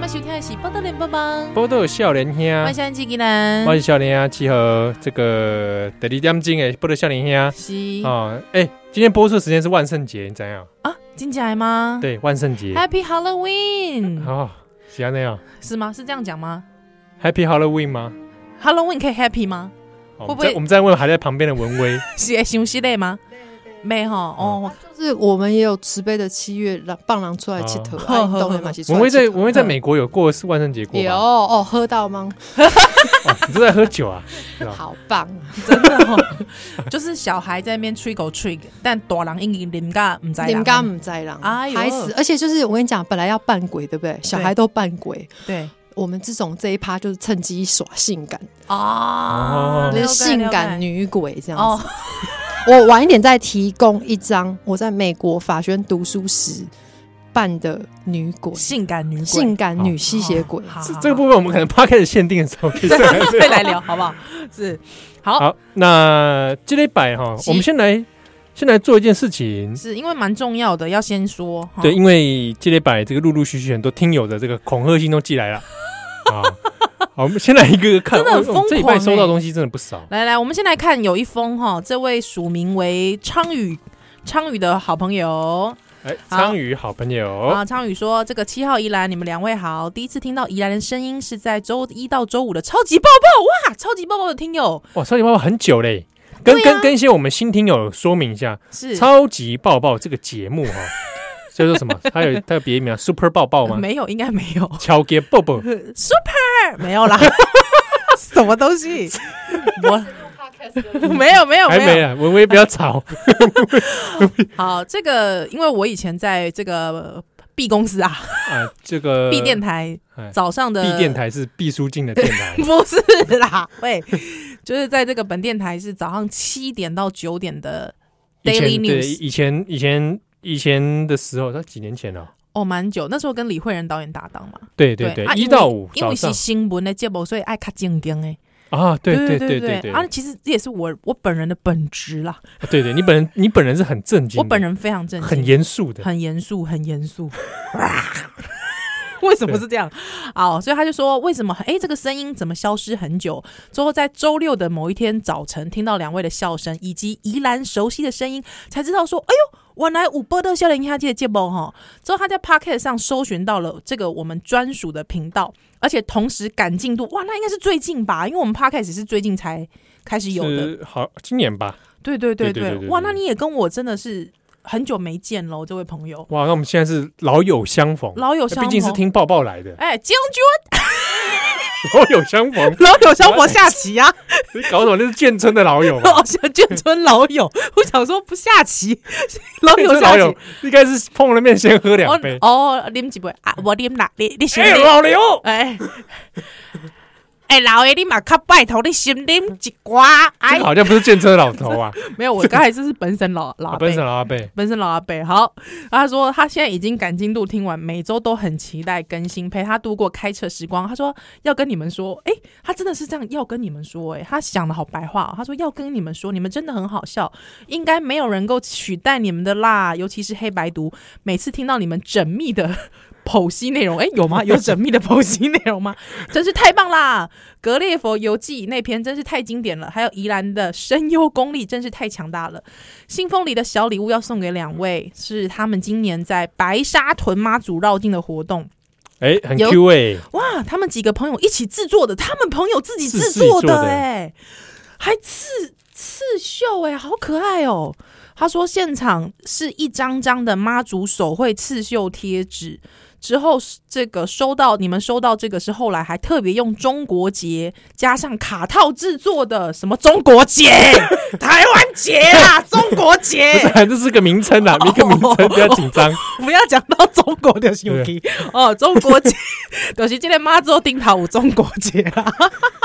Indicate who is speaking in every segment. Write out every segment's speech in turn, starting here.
Speaker 1: 麦收听的是《报道联播网》，
Speaker 2: 波豆笑脸
Speaker 1: 我
Speaker 2: 兄，
Speaker 1: 是安吉吉
Speaker 2: 我
Speaker 1: 兰，
Speaker 2: 是笑脸兄，集合这个第二点钟的波豆笑脸
Speaker 1: 是
Speaker 2: 兄哦，哎，今天播出的时间是万圣节，你怎样？
Speaker 1: 啊，真假的吗？
Speaker 2: 对，万圣节，
Speaker 1: ，Happy Halloween
Speaker 2: 哦，喜欢那样
Speaker 1: 是吗？是这样讲吗
Speaker 2: ，Happy Halloween 吗？
Speaker 1: ？Halloween 可以 Happy 吗？会
Speaker 2: 哦
Speaker 1: 不
Speaker 2: 我们在
Speaker 1: 会
Speaker 2: 我们在问还在旁边的 文威，
Speaker 1: 是会想死的吗？没吼，哦，
Speaker 3: 就是我们也有慈悲的七月，让棒郎出来乞头，
Speaker 1: 哦
Speaker 3: 啊，东北马戏出
Speaker 2: 文
Speaker 3: 来
Speaker 2: 威在
Speaker 3: 佚佗。
Speaker 2: 文威
Speaker 1: 嗯
Speaker 2: 在美国有过是万圣节过
Speaker 3: 有
Speaker 2: 吧？
Speaker 3: 哦，喝到吗？
Speaker 2: 哦你都在喝酒啊？是吧
Speaker 3: 好棒！
Speaker 1: 真的哦， 就是小孩在那边 trick or trick，但大人已经淋噶唔知啦
Speaker 3: 你们刚唔在啦，
Speaker 1: 哎呦
Speaker 3: 孩子，而且就是我跟你讲，本来要扮鬼，对不对？小孩都扮鬼，
Speaker 1: 对
Speaker 3: 我们这种这一趴就是趁机耍性感，
Speaker 1: 啊
Speaker 2: 哦
Speaker 3: 就是性感
Speaker 1: 女
Speaker 3: 女鬼这样
Speaker 1: 哦
Speaker 3: 子。，我晚一点再提供一张我在美国法学院读书时扮的女鬼，
Speaker 1: 性感女鬼，
Speaker 3: 哦性感女吸血鬼。
Speaker 1: 好
Speaker 2: 这这个部分我们可能 p 开始限定的时候可以再来
Speaker 1: 再来聊好不好？是好，
Speaker 2: 好，那这礼拜哈，
Speaker 1: 是
Speaker 2: 我们先来先来做一件事情。
Speaker 1: 是因为蛮重要的，要先说哈
Speaker 2: 对，因为这礼拜这个陆陆续续很多听友的这个恐吓信都寄来 了啊。好，我们先来一个个看，
Speaker 1: 真的很
Speaker 2: 哦
Speaker 1: 疯
Speaker 2: 我们这礼拜
Speaker 1: 狂
Speaker 2: 收到
Speaker 1: 欸
Speaker 2: 东西真的不少。
Speaker 1: 来来，我们先来看有一封哈，这位署名为昌宇，昌宇的好朋友
Speaker 2: 哎，
Speaker 1: 好
Speaker 2: 苍宇好朋友，哦
Speaker 1: 啊，昌宇说：“这个七号宜兰，你们两位好，第一次听到宜兰的声音是在周一到周五的超级抱抱哇，超级抱抱的听友
Speaker 2: 哇，超级抱抱很久嘞。跟
Speaker 1: 对啊
Speaker 2: 跟跟一些我们新听友说明一下，
Speaker 1: 是
Speaker 2: 超级抱抱这个节目哈， 叫做什么？它有它有别名啊，Super 抱抱吗？
Speaker 1: 没有，应该没有
Speaker 2: 乔杰抱抱，
Speaker 1: ，super 没 有啦，什么东西？我没有没有
Speaker 2: 还
Speaker 1: 没
Speaker 2: 没
Speaker 1: 有。
Speaker 2: 啊，文威不要吵。
Speaker 1: 好，这个因为我以前在这个 B 公司啊
Speaker 2: 啊，这个
Speaker 1: ，B 电台
Speaker 2: 哎
Speaker 1: 早上的
Speaker 2: ，B 电台是毕书尽的电台，
Speaker 1: 不是 啦，喂，就是在这个本电台是早上七点到九点的
Speaker 2: 以 前
Speaker 1: Daily
Speaker 2: 对
Speaker 1: News，
Speaker 2: 以前以前以前的时候，他几年前了、
Speaker 1: 哦，蛮久。那时候跟李慧仁导演搭档嘛，
Speaker 2: 对对对
Speaker 1: 啊，
Speaker 2: 一、
Speaker 1: 因为
Speaker 2: 到五
Speaker 1: 因
Speaker 2: 早
Speaker 1: 为
Speaker 2: 上
Speaker 1: 是新闻的节目，所以爱看正经哎。
Speaker 2: 啊，对对
Speaker 1: 对
Speaker 2: 对对对，啊
Speaker 1: 啊，其实这也是我我本人的本职啦，
Speaker 2: 对对，你本人你本人是很正经的，
Speaker 1: 我本人非常正经，
Speaker 2: 很严肃的，
Speaker 1: 很严肃，很严肃。 为什么是这样？哦，所以他就说，为什么？哎，这个声音怎么消失很久？最后在周六的某一天早晨，听到两位的笑声以及宜兰熟悉的声音，才知道说，哎呦，原来五波的笑脸下界的节目哈。之后他在 Pocket 上搜寻到了这个我们专属的频道，而且同时赶进度，哇，那应该是最近吧？因为我们 Pocket 是最近才开始有的，
Speaker 2: 是好今年吧，
Speaker 1: 对对对
Speaker 2: 对对对对
Speaker 1: 哇，
Speaker 2: 对
Speaker 1: 那你也跟我真的是很久没见喽，这位朋友。
Speaker 2: 哇，那我们现在是老友相逢，
Speaker 1: 老友相逢，
Speaker 2: 毕竟是听抱抱来的，
Speaker 1: 哎，将
Speaker 2: 老友相逢，
Speaker 1: 军老友相逢下棋啊，
Speaker 2: 你搞什么？那是眷村的老友吧，
Speaker 1: 哦，像眷村老 友，我想说不下棋， 老
Speaker 2: 眷
Speaker 1: 友
Speaker 2: 村
Speaker 1: 下
Speaker 2: 老
Speaker 1: 棋
Speaker 2: 友，应该是碰了面先喝两杯
Speaker 1: 哦，哦，啉几杯啊？我啉啦，你你先
Speaker 2: 哎，
Speaker 1: 啉，
Speaker 2: 老刘，
Speaker 1: 哎。 哎，老爷，你嘛较拜托你先啉一寡。
Speaker 2: 这
Speaker 1: 哎
Speaker 2: 个，好像不是眷村老头啊，
Speaker 1: 没有，我刚才这是本省 老老
Speaker 2: 啊
Speaker 1: 辈
Speaker 2: 本省老阿伯，
Speaker 1: 本身老阿伯好，他说他现在已经赶进度听完，每周都很期待更新，陪他度过开车时光。他说要跟你们说，诶，他真的是这样要跟你们说、诶，哎他想的好白话、哦，他说要跟你们说，你们真的很好笑，应该没有人能够取代你们的啦，尤其是黑白读，每次听到你们缜密的。 剖析内容，诶，有吗？有缜密的剖析内容吗？ 真是太棒啦！《格列佛游记》那篇真是太经典了，还有宜兰的声优功力真是太强大了。信封里的小礼物要送给两位，是他们今年在白沙屯妈祖绕境的活动。
Speaker 2: 哎，很
Speaker 1: 有
Speaker 2: Q 哎，
Speaker 1: 哇，他们几个朋友一起制作的，他们朋友自己
Speaker 2: 是
Speaker 1: 制
Speaker 2: 自己
Speaker 1: 作
Speaker 2: 做
Speaker 1: 的
Speaker 2: 的
Speaker 1: 哎、还刺刺绣哎、好可爱哦、他说现场是一张张的妈祖手绘刺绣贴纸。之后，这个收到你们收到这个是后来还特别用中国结加上卡套制作的，什么中国结、台湾结啊， 中国结
Speaker 2: 不是，这是个名称 啊啦，一个名称，不要紧张。
Speaker 1: 不要讲到中国的游戏哦，中国节 就是今天妈祖顶头有中国节啦。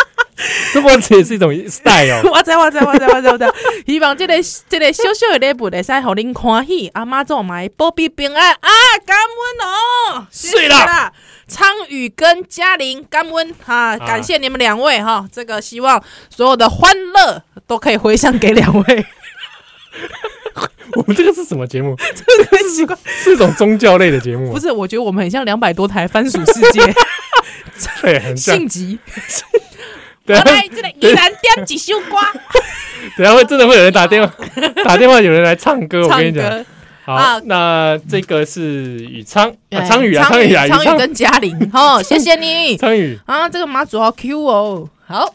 Speaker 2: 中国词也是一种 style 哦。
Speaker 1: 我知我知我知我知我知，希望这个这个小小的礼物会使互恁欢喜，阿妈祖嘛会保庇平安啊！感恩哦，谢谢
Speaker 2: 水啦
Speaker 1: 啦！昌宇跟嘉玲感恩啊，感谢你们两位哈、这 个希望所有的欢乐都可以回向给两位。
Speaker 2: 我们这个是什么节目？
Speaker 1: 太奇怪。
Speaker 2: 是一种宗教类的节目啊
Speaker 1: 不，是，我觉得我们很像两百多台番薯世 界
Speaker 2: 对，很 像。
Speaker 1: 性急。
Speaker 2: 对，
Speaker 1: 这个依然点几首歌，
Speaker 2: 等一下会真的会有人打电话， 打电话有人来唱歌。我
Speaker 1: 唱
Speaker 2: 跟你讲，
Speaker 1: 歌。啊
Speaker 2: 好，那这个是宇昌，啊
Speaker 1: 哎
Speaker 2: 昌宇啊，昌宇啊，宇
Speaker 1: 昌
Speaker 2: 昌
Speaker 1: 宇，跟嘉 玲，好，谢谢你
Speaker 2: 昌宇。
Speaker 1: 啊，这个马祖好 Q 哦，好，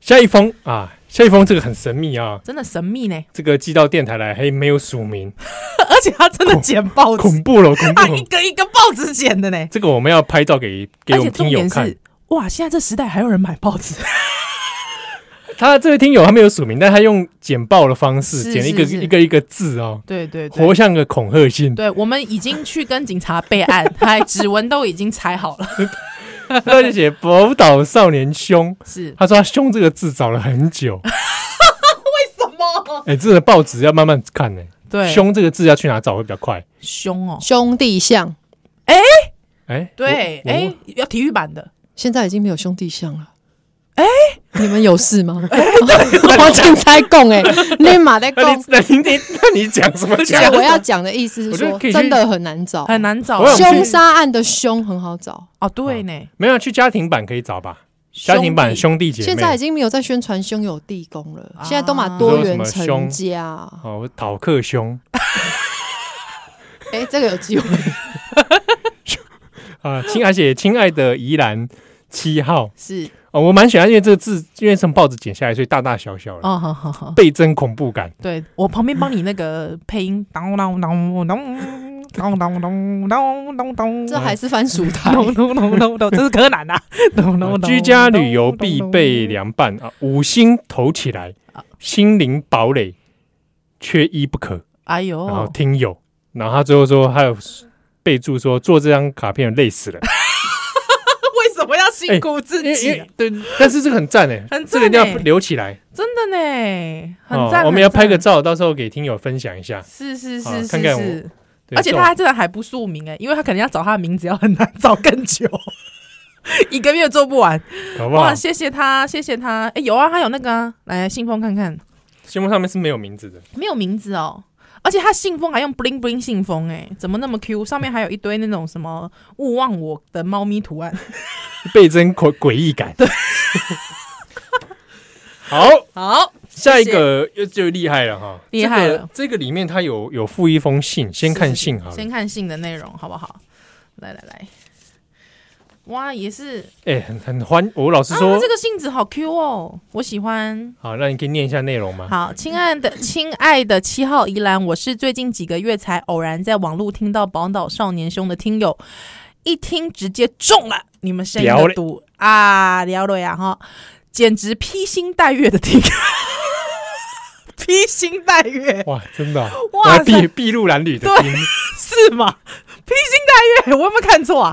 Speaker 2: 夏一峰啊，夏一峰这个很神秘啊，
Speaker 1: 真的神秘呢，
Speaker 2: 这个寄到电台来还没有署名，
Speaker 1: 而且他真的剪报纸，
Speaker 2: 恐 怖了，恐怖
Speaker 1: 他
Speaker 2: 恐
Speaker 1: 一
Speaker 2: 怖。
Speaker 1: 个一个报纸剪的呢，
Speaker 2: 这个我们要拍照给给
Speaker 1: 而且
Speaker 2: 我们听
Speaker 1: 重
Speaker 2: 友
Speaker 1: 点
Speaker 2: 看
Speaker 1: 是。，哇，现在这时代还有人买报 纸，
Speaker 2: 他这位听友他没有署名，但他用简报的方式
Speaker 1: 是
Speaker 2: 剪了一个
Speaker 1: 是是
Speaker 2: 一个一个字哦，
Speaker 1: 对对对
Speaker 2: 活。像个恐吓 信。
Speaker 1: 对，我们已经去跟警察备案，还指纹都已经裁好 了。
Speaker 2: 他就写“宝岛少年凶
Speaker 1: 是”，
Speaker 2: 他说他“凶”这个字找了很久。
Speaker 1: 什么？
Speaker 2: 哎，这个报纸要慢慢看呢。
Speaker 1: 对，
Speaker 2: 凶”这个字要去哪找会比较快？
Speaker 1: 凶哦，
Speaker 3: 兄弟像，
Speaker 2: 哎，
Speaker 1: 对，
Speaker 2: 我我
Speaker 1: 哎，要体育版的，
Speaker 3: 现在已经没有兄弟像了。哎，你们有事吗？ 我正在 供哎，立马在
Speaker 2: 那
Speaker 3: 供
Speaker 2: 你。那你你那你讲什么
Speaker 3: 所
Speaker 2: 讲
Speaker 3: 以？ 我要讲的意思是
Speaker 2: 我觉得
Speaker 3: 说
Speaker 2: 可以，去哎
Speaker 3: 真的很难找。
Speaker 1: 很难找
Speaker 2: 哦我有
Speaker 3: 凶杀案的凶很好找，
Speaker 1: 哦，对呢，
Speaker 2: 没有去家庭版可以找吧？家庭版
Speaker 1: 兄
Speaker 2: 兄弟姐妹。
Speaker 3: 现在已经没有在宣传兄友弟恭了，
Speaker 1: 啊
Speaker 3: 现在都嘛多元成家。
Speaker 2: 哦，讨克兄
Speaker 3: 哎，这个有机会。
Speaker 2: 啊，亲，而且亲爱的宜兰七号
Speaker 1: 弟是，
Speaker 2: 哦，我蛮喜欢，因为这个字，因为从报纸剪下来，所以大大小小了，
Speaker 1: 哦，好好好，
Speaker 2: 倍增恐怖感。
Speaker 1: 对我旁边帮你那个配音，当当当当当当当当当当，
Speaker 3: 这还是番薯台，
Speaker 1: 咚咚咚咚咚，这是柯南呐，咚
Speaker 2: 啊
Speaker 1: 咚咚，
Speaker 2: 居家旅游必备凉拌啊，五星投起来，
Speaker 1: 啊
Speaker 2: 心灵堡垒，缺一不可。
Speaker 1: 哎
Speaker 2: 然 后
Speaker 1: 呦，
Speaker 2: 听友，然后他最后说，还有备注说，做这张卡片累死 了，
Speaker 1: 为什么要辛苦自
Speaker 2: 因为因
Speaker 1: 己
Speaker 2: 为？对，但是这个很赞哎，
Speaker 1: 很赞
Speaker 2: 这个一定要
Speaker 1: 欸
Speaker 2: 留起来，
Speaker 1: 真的呢，
Speaker 2: 哦
Speaker 1: 很赞，
Speaker 2: 我们要拍个
Speaker 1: 很赞，
Speaker 2: 照，到时候给听友分享一下。
Speaker 1: 是是是
Speaker 2: 啊看
Speaker 1: 是
Speaker 2: 看我
Speaker 1: 是。
Speaker 2: 对
Speaker 1: 而且
Speaker 2: 这
Speaker 1: 他
Speaker 2: 种
Speaker 1: 还真的还不署名哎、因为他可能要找他的名字要很难找更久， 一个月做不完。
Speaker 2: 搞不好
Speaker 1: 哇，谢谢他，谢谢他。哎、有啊，他有那个啊，来信封看看，
Speaker 2: 新闻上面是没有名字的。
Speaker 1: 没有名字哦。而且他信封还用 bling bling 信封哎、怎么那么 Q？上面还有一堆那种什么勿忘我的猫咪图 案。
Speaker 2: 倍增诡诡异感。 对， 好，
Speaker 1: 好，
Speaker 2: 下一个就就厉害了哈，
Speaker 1: 厉害了
Speaker 2: 这个。这个里面它有有附一封信，先看信好了
Speaker 1: 先。看信的内容好不好？来来来，哇，也是
Speaker 2: 哎，很很欢，我老实
Speaker 1: 啊，
Speaker 2: 说
Speaker 1: 他，这个信纸好 Q 哦，我喜欢。
Speaker 2: 好，那你可以念一下内容吗？
Speaker 1: 好，亲爱的，亲爱的七号宜兰，我是最近几个月才偶然在网络听到宝岛少年兄的听友，一听直接中了你们声音
Speaker 2: 屌
Speaker 1: 的
Speaker 2: 嘞
Speaker 1: 毒啊，聊了呀哈，简直披星戴月的听 友，披星戴月
Speaker 2: 哇，真的啊，
Speaker 1: 哇塞
Speaker 2: 我筚筚路蓝缕的听，
Speaker 1: 是吗？披星戴月，我有没有看错 啊？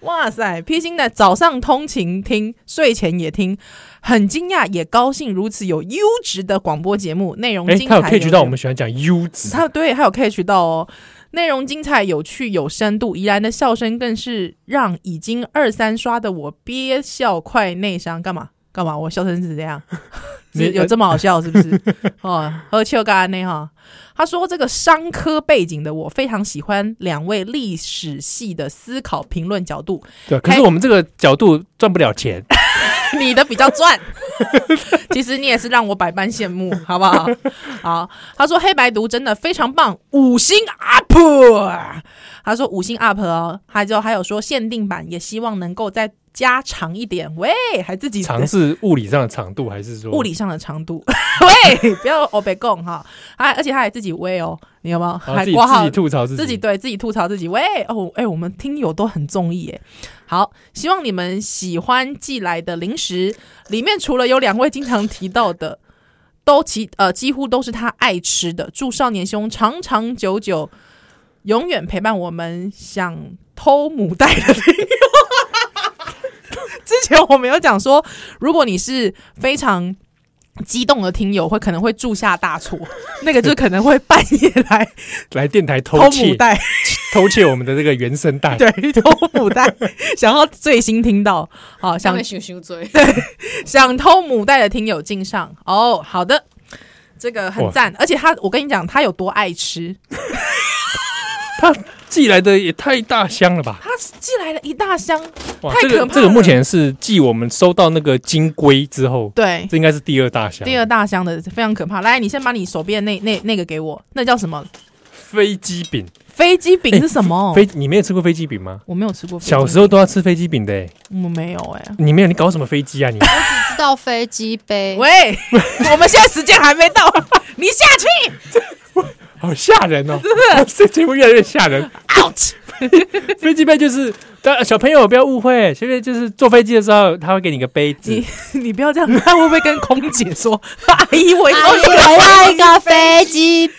Speaker 1: 哇塞，披星戴早上通勤听，睡前也听，很惊讶也高兴，如此有优质的广播节目，内容
Speaker 2: 哎，
Speaker 1: 精
Speaker 2: 他
Speaker 1: 彩流
Speaker 2: 有
Speaker 1: 畅。
Speaker 2: catch 到我们喜欢讲优质，
Speaker 1: 他对，还有 catch 到哦。内容精彩、有趣、有深度，宜然的笑声更是让已经二三刷的我憋笑快内伤。干嘛？干嘛？我笑成是这样，
Speaker 2: 你
Speaker 1: 是有这么好笑是不是？哦，喝秋干呢哈。他说这个商科背景的我非常喜欢两位历史系的思考评论角度，
Speaker 2: 对，啊可是
Speaker 1: 开
Speaker 2: 我们这个角度赚不 了钱，
Speaker 1: 你的比较赚。 其实你也是让我百般羡慕，好不 好？好，他说黑白读真的非常棒，五星 up。他说五星 up 哦，还有还有说限定版，也希望能够再加长一点。喂，还自己
Speaker 2: 尝试物理上的长度，还是说
Speaker 1: 物理上的长度， 喂，不要欧北共哈，还而且他还自己喂哦，你有没有？
Speaker 2: 啊
Speaker 1: 还
Speaker 2: 自己
Speaker 1: 挂
Speaker 2: 自
Speaker 1: 号
Speaker 2: 己吐槽自
Speaker 1: 自己对自己吐槽自己，喂哦，哎、我们听友都很中意哎。好，希望你们喜欢寄来的零食，里面除了有两位经常提到的，都其呃几乎都是他爱吃的。祝少年兄长长久久，永远陪伴我们。想偷母带的听友， 之前我们有讲说，如果你是非常。激动的听友会可能会铸下大错，那个就可能会半夜来
Speaker 2: 来电台 偷
Speaker 1: 偷母
Speaker 2: 窃
Speaker 1: 带，
Speaker 2: 偷窃我们的这个原声带，
Speaker 1: 对，偷母带，想要最新听到，好想
Speaker 3: 熊熊追，
Speaker 1: 想偷母带的听友敬上哦。好的，这个很赞，而且他，我跟你讲，他有多爱吃，
Speaker 2: 寄来的也太大箱了吧！
Speaker 1: 他寄来了一大箱，
Speaker 2: 哇，
Speaker 1: 太
Speaker 2: 这
Speaker 1: 可
Speaker 2: 个
Speaker 1: 怕
Speaker 2: 这个目
Speaker 1: 了
Speaker 2: 前是继我们收到那个金龟之后，
Speaker 1: 对，
Speaker 2: 这应该是第二大箱。
Speaker 1: 第二大箱的非常可怕。来，你先把你手边的那那那个给我，那叫什么？
Speaker 2: 飞机饼，
Speaker 1: 飞机饼是什 么？
Speaker 2: 飞你没有吃过飞机饼吗？
Speaker 1: 我没有吃过飞机饼，
Speaker 2: 小时候都要吃飞机饼的、欸，
Speaker 1: 我没有哎、
Speaker 2: 你没有你搞什么飞机啊 你？
Speaker 3: 只知道飞机 杯，
Speaker 1: 喂， 我们现在时间还没到，你下去
Speaker 2: 好吓人 哦！这节目越来越吓人。
Speaker 1: ，out。
Speaker 2: 飞机杯就是，当然小朋友不要误会，现在就是坐飞机的时候，他会给你个杯子
Speaker 1: 你。 你不要这样，他会不会跟空姐说：“ 阿姨，我
Speaker 3: 阿姨我要一个飞机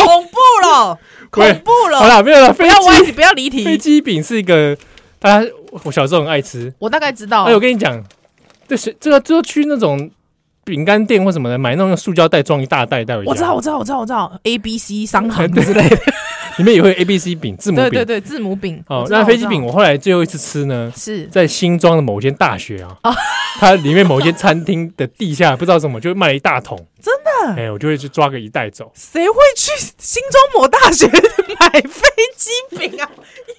Speaker 1: 恐怖了，
Speaker 2: 喂
Speaker 1: 恐怖
Speaker 2: 好
Speaker 1: 了，
Speaker 2: 啦，没有了，飞
Speaker 1: 不要歪，你
Speaker 2: 机
Speaker 1: 不要离
Speaker 2: 飞
Speaker 1: 题。
Speaker 2: 机饼是一个，大家我小时候很爱吃。”
Speaker 1: 我大概知道
Speaker 2: 哎，，我跟你讲，这是这个就去那种饼干店或什么的，买那种用塑胶袋装一大袋带回家。
Speaker 1: 我知道，我知道，我知道，我知道，A B C 商行
Speaker 2: 对
Speaker 1: 之类的，
Speaker 2: 里面也会 A B C 饼、字母
Speaker 1: 对
Speaker 2: 饼。
Speaker 1: 对对，字母饼。
Speaker 2: 哦
Speaker 1: 我，知道
Speaker 2: 那飞机饼，
Speaker 1: 我
Speaker 2: 我后来最后一次吃呢，
Speaker 1: 知道是
Speaker 2: 在新庄的某间大学啊，
Speaker 1: 哦
Speaker 2: 它里面某间餐厅的地下不知道什么，就卖了一大桶，真
Speaker 1: 的
Speaker 2: 哎、我就会去抓个一袋走。
Speaker 1: 谁会去新中某大学买飞机饼啊？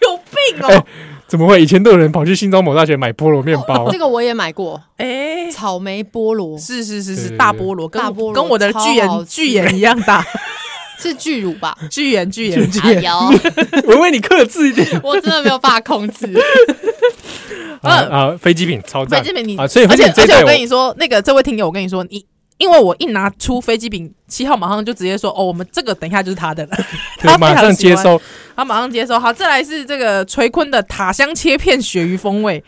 Speaker 1: 有病哦！
Speaker 2: 怎么会？以前都有人跑去新庄某大学买菠萝面包，啊
Speaker 1: 哦
Speaker 3: 这个我也买过，
Speaker 1: 哎，
Speaker 3: 草莓菠萝
Speaker 1: 是是是
Speaker 2: 对对
Speaker 1: 是，
Speaker 2: 对
Speaker 1: 大菠萝跟
Speaker 3: 大菠萝
Speaker 1: 跟我的
Speaker 3: 超
Speaker 1: 巨
Speaker 3: 好
Speaker 1: 眼
Speaker 3: 吃
Speaker 1: 巨眼一样大，
Speaker 3: 是巨乳吧？
Speaker 1: 巨眼巨 眼
Speaker 3: 哎 呦，
Speaker 2: 我为你克制一点
Speaker 3: 我真的没有办法控 制。
Speaker 2: 啊啊！飞机饼超
Speaker 1: 呃飞
Speaker 2: 赞
Speaker 1: 机饼你
Speaker 2: 啊！所以
Speaker 1: 而
Speaker 2: 飞机
Speaker 1: 且
Speaker 2: 饼这
Speaker 1: 而
Speaker 2: 一
Speaker 1: 且
Speaker 2: 袋
Speaker 1: 我跟你说，那个这位听友，我跟你说，你因为我一拿出飞机饼七号，马上就直接说哦，我们这个等一下就是他的了，
Speaker 2: 可以马上
Speaker 1: 哦他
Speaker 2: 接
Speaker 1: 非常喜欢，
Speaker 2: 收。
Speaker 1: 他马上接收。好，再来是这个垂坤的塔香切片鳕鱼风味，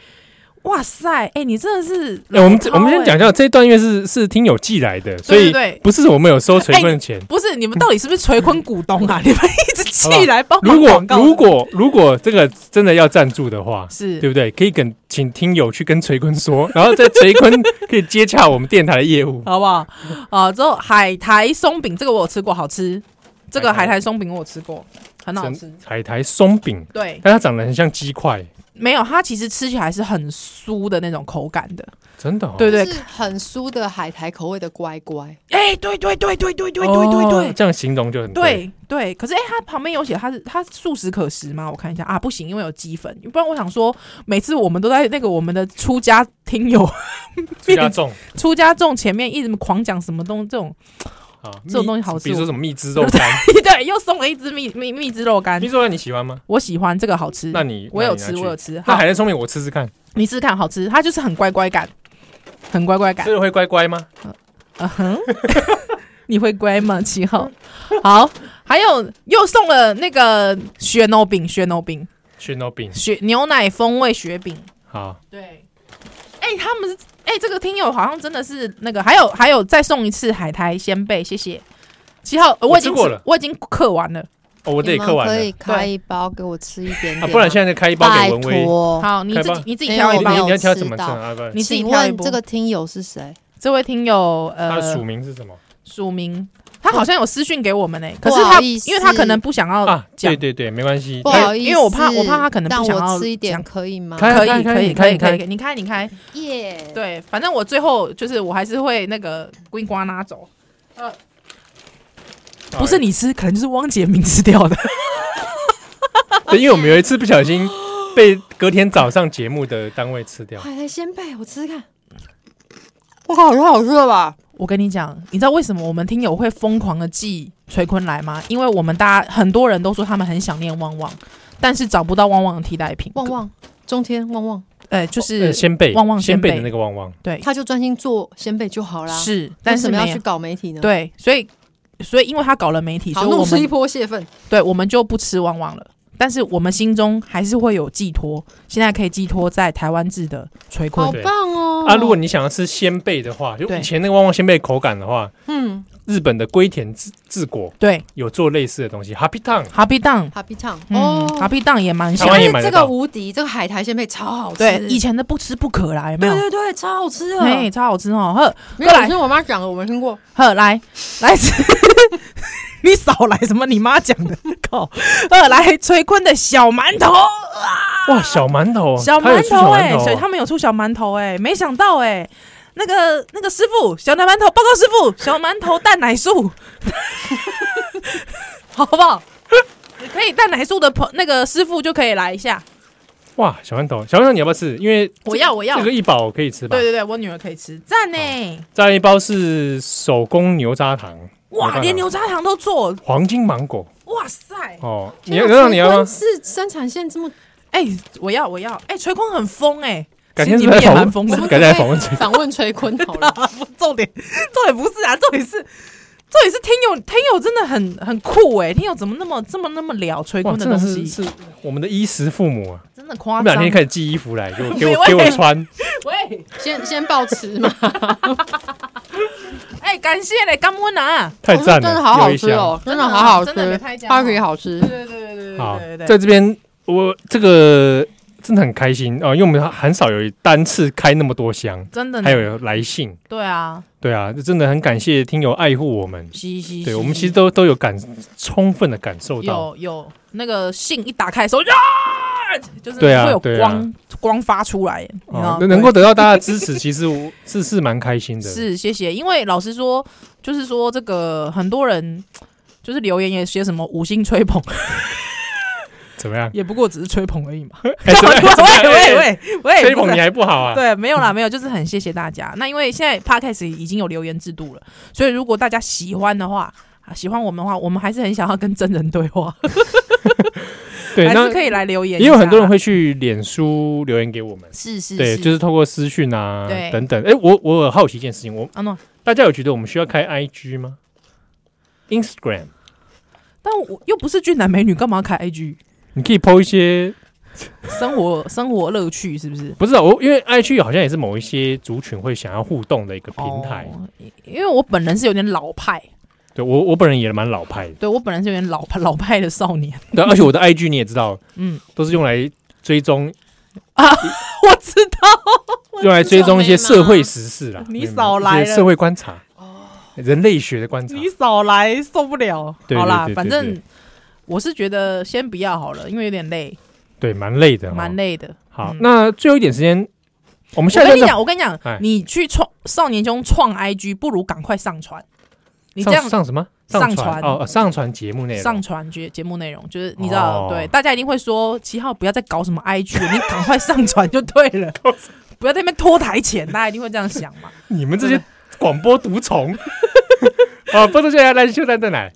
Speaker 1: 哇塞，哎、你真的是
Speaker 2: 哎、我们
Speaker 1: 老饕
Speaker 2: 我们先
Speaker 1: 哎
Speaker 2: 讲一下这一段，因为是是听友寄来的，所
Speaker 1: 对
Speaker 2: 以
Speaker 1: 对哎对。
Speaker 2: 不是我们有收垂坤的钱。
Speaker 1: 不是你们到底是不是垂坤股东 啊？你们一直
Speaker 2: 好
Speaker 1: 寄
Speaker 2: 吧
Speaker 1: 来帮忙
Speaker 2: 如果
Speaker 1: 广告的
Speaker 2: 如果如果这个真的要赞助的话，
Speaker 1: 是
Speaker 2: 对不对？可以跟请听友去跟垂坤说，然后在垂坤可以接洽我们电台的 业务。
Speaker 1: 好不好？啊，之后海苔松饼这个我有吃过，好吃。这个
Speaker 2: 海
Speaker 1: 海
Speaker 2: 苔
Speaker 1: 苔松饼我有吃过，很好吃。
Speaker 2: 海苔松饼，
Speaker 1: 对，
Speaker 2: 但它长得很像鸡块，
Speaker 1: 没有，它其实吃起来是很酥的那种口感的。
Speaker 2: 真的、哦。
Speaker 1: 对对
Speaker 3: 是很酥的海苔口味的乖乖，
Speaker 1: 哎、对对对对对对对
Speaker 2: 哦
Speaker 1: 对对。
Speaker 2: 这样形容就很对。
Speaker 1: 对对，可是哎、它旁边有写它是它素食可食吗？我看一下啊，不行，因为有鸡粉，不然我想说，每次我们都在那个我们的出家听友
Speaker 2: 最加重
Speaker 1: 出家众前面一直狂讲什么东这种，
Speaker 2: 啊，
Speaker 1: 这种
Speaker 2: 蜜
Speaker 1: 东西好吃
Speaker 2: 比如说什么蜜汁肉干，
Speaker 1: 对，又送了一只蜜蜜蜜汁肉干
Speaker 2: 蜜，汁肉干你喜欢吗？
Speaker 1: 我喜欢这个好吃，
Speaker 2: 那你
Speaker 1: 我有
Speaker 2: 那
Speaker 1: 吃，
Speaker 2: 你拿去
Speaker 1: 我有吃，好
Speaker 2: 那海，苔松饼我吃吃看，
Speaker 1: 你试试看，好吃，它就是很乖乖感，很乖乖 感
Speaker 2: 吃。了会乖乖吗？
Speaker 1: 嗯哼， 你会乖吗？七号，好，还有又送了那个雪牛饼，雪牛饼，
Speaker 2: 旋肉饼，
Speaker 1: 雪牛奶风味雪饼。
Speaker 2: 好，
Speaker 1: 对，哎、他们是哎、这个听友好像真的是那个，还有还有再送一次海苔鲜贝，谢谢。七号，呃我已经
Speaker 2: 我吃过了
Speaker 1: 我已经刻完了。
Speaker 2: 哦，我这也
Speaker 3: 你们
Speaker 2: 嗑完
Speaker 3: 可
Speaker 2: 了
Speaker 3: 以开一包给我吃一点点
Speaker 2: 啊，
Speaker 3: 吗，
Speaker 2: 不然现在就开一包给
Speaker 3: 拜
Speaker 2: 文威。
Speaker 3: 托。
Speaker 1: 好，你
Speaker 2: 开
Speaker 1: 自己
Speaker 2: 吧
Speaker 1: 啊你自己
Speaker 3: 没
Speaker 1: 挑
Speaker 3: 有
Speaker 1: 一
Speaker 2: 你你
Speaker 1: 包。
Speaker 2: 你要挑怎么
Speaker 3: 吃
Speaker 2: 吃
Speaker 3: 到
Speaker 2: 啊？不然
Speaker 1: 你自己
Speaker 3: 请
Speaker 1: 挑一
Speaker 3: 问
Speaker 1: 波
Speaker 3: 这个听友是谁？
Speaker 1: 这位听友，
Speaker 2: 它
Speaker 1: 呃
Speaker 2: 的，署名是什么
Speaker 1: 署名，他好像有私讯给我们呢、哎可
Speaker 3: 不
Speaker 1: 是
Speaker 3: 好
Speaker 1: 他
Speaker 3: 意思
Speaker 1: 因为他可能不想要
Speaker 2: 啊？
Speaker 1: 讲
Speaker 2: 对对对，没关系。哎
Speaker 3: 不
Speaker 2: 它
Speaker 3: 好意思，
Speaker 1: 因为我怕我怕他可能
Speaker 3: 让
Speaker 1: 不想
Speaker 3: 我
Speaker 1: 要
Speaker 3: 吃一点，
Speaker 1: 讲
Speaker 3: 可以吗？
Speaker 2: 开
Speaker 1: 可以可以可
Speaker 2: 开
Speaker 1: 以可
Speaker 2: 开
Speaker 1: 以，你开你开，
Speaker 3: 耶，
Speaker 1: 对，反正我最后就是我还是会那个龟瓜拿走，不
Speaker 2: 哎
Speaker 1: 是你吃，可能就是汪杰明吃掉的。
Speaker 2: 对，因为我们有一次不小心被隔天早上节目的单位吃掉。
Speaker 3: 海苔鲜贝，我吃吃看。我好吃好吃的吧？
Speaker 1: 我跟你讲，你知道为什么我们听友会疯狂的寄垂坤来吗？因为我们大家很多人都说他们很想念旺旺，但是找不到旺旺的替代品。
Speaker 3: 旺，旺中天旺旺，
Speaker 1: 呃，就
Speaker 2: 呃
Speaker 1: 是
Speaker 2: 先辈，
Speaker 1: 旺旺
Speaker 2: 先
Speaker 1: 鲜贝
Speaker 2: 辈的那个旺旺，
Speaker 1: 对，
Speaker 3: 他就专心做鲜贝就好啦。，
Speaker 1: 是，但是
Speaker 3: 什么要
Speaker 1: 没
Speaker 3: 去
Speaker 1: 有
Speaker 3: 搞媒体呢？，
Speaker 1: 对，所以所以因为他搞了媒体，所
Speaker 3: 好，
Speaker 1: 以
Speaker 3: 怒
Speaker 1: 我
Speaker 3: 吃一
Speaker 1: 们
Speaker 3: 波泄愤。
Speaker 1: 对我们就不吃旺旺了。但是我们心中还是会有寄托，现在可以寄托在台湾制的垂坤
Speaker 3: 好。棒哦！
Speaker 2: 啊，如果你想要吃鲜贝的话，就
Speaker 1: 对
Speaker 2: 以前那个旺旺鲜贝口感的话，
Speaker 3: 嗯
Speaker 2: 日本的龟田治治国
Speaker 1: 对
Speaker 2: 有做类似的东西，Happy Town，
Speaker 1: ，Happy Down，
Speaker 3: ，Happy Town 哦
Speaker 1: 嗯，Happy Down 也蛮像
Speaker 2: 台。湾也
Speaker 3: 但
Speaker 2: 买
Speaker 3: 是
Speaker 2: 得
Speaker 3: 这
Speaker 2: 到
Speaker 3: 个无敌，这个海苔鲜贝超好吃。
Speaker 1: 对，以前的不吃不可啦，有没
Speaker 3: 对
Speaker 1: 有？
Speaker 3: 对对，超好吃的。
Speaker 1: 嘿，超好吃哦！呵，
Speaker 3: 没有
Speaker 1: 过，来
Speaker 3: 是我妈讲的，我没听过。
Speaker 1: 呵，来来， 你少来什么？你妈讲的，靠！呃，来崔坤的小馒头，啊
Speaker 2: 哇，小馒头，哦
Speaker 1: 小
Speaker 2: 它有
Speaker 1: 馒
Speaker 2: 出
Speaker 1: 头
Speaker 2: 小
Speaker 1: 哎、
Speaker 2: 馒头
Speaker 1: 所以
Speaker 2: 哦，
Speaker 1: 他们有出小馒头哎、没想到哎、那个那个师傅，小奶馒头，报告师傅，小馒头蛋奶素， 好不好？可以蛋奶素的朋那个师傅就可以来一下，
Speaker 2: 哇，小馒头，小馒头你要不要吃？因为
Speaker 1: 我要我要
Speaker 2: 这个一包可以吃吧
Speaker 1: 对？对对，我女儿可以吃，赞呢！
Speaker 2: 再一包是手工牛轧糖，没办
Speaker 1: 哇，
Speaker 2: 法
Speaker 1: 连牛轧糖都做，
Speaker 2: 黄金芒果
Speaker 1: 哇塞！
Speaker 2: 哦，你要让你要吗？
Speaker 3: 是生产 线这么，
Speaker 1: 哎、我要我要，哎、垂坤很疯哎、
Speaker 2: 改天
Speaker 1: 其
Speaker 2: 是
Speaker 1: 实
Speaker 2: 不
Speaker 1: 你们
Speaker 2: 是
Speaker 1: 也
Speaker 2: 来
Speaker 1: 蛮
Speaker 2: 访
Speaker 1: 疯
Speaker 2: 问
Speaker 1: 的，
Speaker 2: 改天来访问这个
Speaker 3: 访问崔坤好了，
Speaker 1: 不 重点，重点不是啊，重点是，重点是听友听友真的很很酷哎、听友怎么那么这么那么聊垂
Speaker 2: 哇，
Speaker 1: 坤
Speaker 2: 真
Speaker 1: 东
Speaker 2: 的
Speaker 1: 西，
Speaker 2: 是是我们的衣食父母啊！
Speaker 1: 真的
Speaker 2: 他
Speaker 1: 夸
Speaker 2: 们
Speaker 1: 张。
Speaker 2: 两天开始寄衣服来， 给我给
Speaker 1: 没
Speaker 2: 我
Speaker 1: 问
Speaker 2: 给我
Speaker 1: 题哦
Speaker 2: 穿，
Speaker 1: 喂，
Speaker 3: 先 先报吃嘛，
Speaker 1: 哎、感谢嘞，干温啊！
Speaker 2: 太赞
Speaker 3: 真的
Speaker 2: 了，
Speaker 3: 好
Speaker 2: 又
Speaker 3: 好
Speaker 2: 一
Speaker 3: 吃
Speaker 2: 箱
Speaker 3: 哦，真的好好吃
Speaker 1: 真的没拍，架
Speaker 3: 花可以好吃
Speaker 1: 对，对对对对
Speaker 2: 好
Speaker 1: 对，对
Speaker 2: 在这边我这个真的很开心啊、哦因为我们很少有单次开那么多箱，
Speaker 1: 真的呢
Speaker 2: 还有来信，
Speaker 1: 对啊，
Speaker 2: 对啊，这真的很感谢听友爱护我们，
Speaker 1: 嘻嘻，
Speaker 2: 对
Speaker 1: 嘻
Speaker 2: 我们
Speaker 1: 嘻
Speaker 2: 其实都都有感充分的感受到，
Speaker 1: 有有那个信一打开的时候，呀，就是
Speaker 2: 对啊
Speaker 1: 会有
Speaker 2: 对啊
Speaker 1: 光、光发出来，你知道
Speaker 2: 哦
Speaker 1: 吗、
Speaker 2: 能能够得到大家的支 持，其实我是是蛮开心的，
Speaker 1: 是谢谢，因为老实说，就是说这个很多人。就是留言也写什么五星吹捧，
Speaker 2: 怎么样？
Speaker 1: 也不过只是吹捧而已嘛。
Speaker 2: 哎
Speaker 1: 干嘛
Speaker 2: 对
Speaker 1: 突然 喂喂喂喂，
Speaker 2: 吹
Speaker 1: 不
Speaker 2: 捧
Speaker 1: 是
Speaker 2: 你还不好啊？
Speaker 1: 对，没有啦，没有，就是很谢谢大家。 那因为现在 podcast 已经有留言制度了，所以如果大家喜欢的话，啊喜欢我们的话，我们还是很想要跟真人对话，
Speaker 2: 对，
Speaker 1: 还
Speaker 2: 那
Speaker 1: 是可以来留言一下啦。
Speaker 2: 也有很多人会去脸书留言给我们，
Speaker 1: 是是
Speaker 2: 对，就是透过私讯啊
Speaker 1: 对
Speaker 2: 等等。哎，我我有好奇一件事情，我
Speaker 1: 啊诺。
Speaker 2: 大家有觉得我们需要开 IG 吗？Instagram，
Speaker 1: 但我又不是俊男美女，干嘛开 IG？
Speaker 2: 你可以 PO 一些，
Speaker 1: 生活生活乐趣是不是？
Speaker 2: 不是、啊、我，因为 IG 好像也是某一些族群会想要互动的一个平台。
Speaker 1: 哦因为我本人是有点老派，
Speaker 2: 对我，我本人也蛮 老派的，
Speaker 1: 对我本人是有点老派老派的少年。
Speaker 2: 对，而且我的 IG 你也知道，
Speaker 1: 嗯，啊
Speaker 2: 都是用来追踪，
Speaker 1: 我知道，
Speaker 2: 用来追踪一些社会时事啦。
Speaker 1: 你少来了哦
Speaker 2: 一些社会观察人类学的观察。
Speaker 1: 你少来，受不了。
Speaker 2: 对
Speaker 1: 好啦
Speaker 2: 对对对，
Speaker 1: 反
Speaker 2: 对
Speaker 1: 正我是觉得先不要好了，因为有点累，
Speaker 2: 对，蛮累的、哦，
Speaker 1: 蛮。累的。
Speaker 2: 好，
Speaker 1: 嗯
Speaker 2: 那最后一点时间，我们
Speaker 1: 我
Speaker 2: 下
Speaker 1: 跟
Speaker 2: 一段
Speaker 1: 你
Speaker 2: 再
Speaker 1: 讲，我跟你讲
Speaker 2: 哎，
Speaker 1: 你去创少年兄创 IG，不如赶快上传。你这
Speaker 2: 上
Speaker 1: 样
Speaker 2: 上什么？
Speaker 1: 上
Speaker 2: 传
Speaker 1: 传
Speaker 2: 哦，呃上传节目内容。
Speaker 1: 上传节节目内容，就是你知道，
Speaker 2: 哦
Speaker 1: 对，大家一定会说七号不要再搞什么 IG，了你赶快上传就对 了，不要在那边拖台前，大家一定会这样想嘛。
Speaker 2: 你们这些广播毒 虫啊！播出现在来秀蛋蛋奶。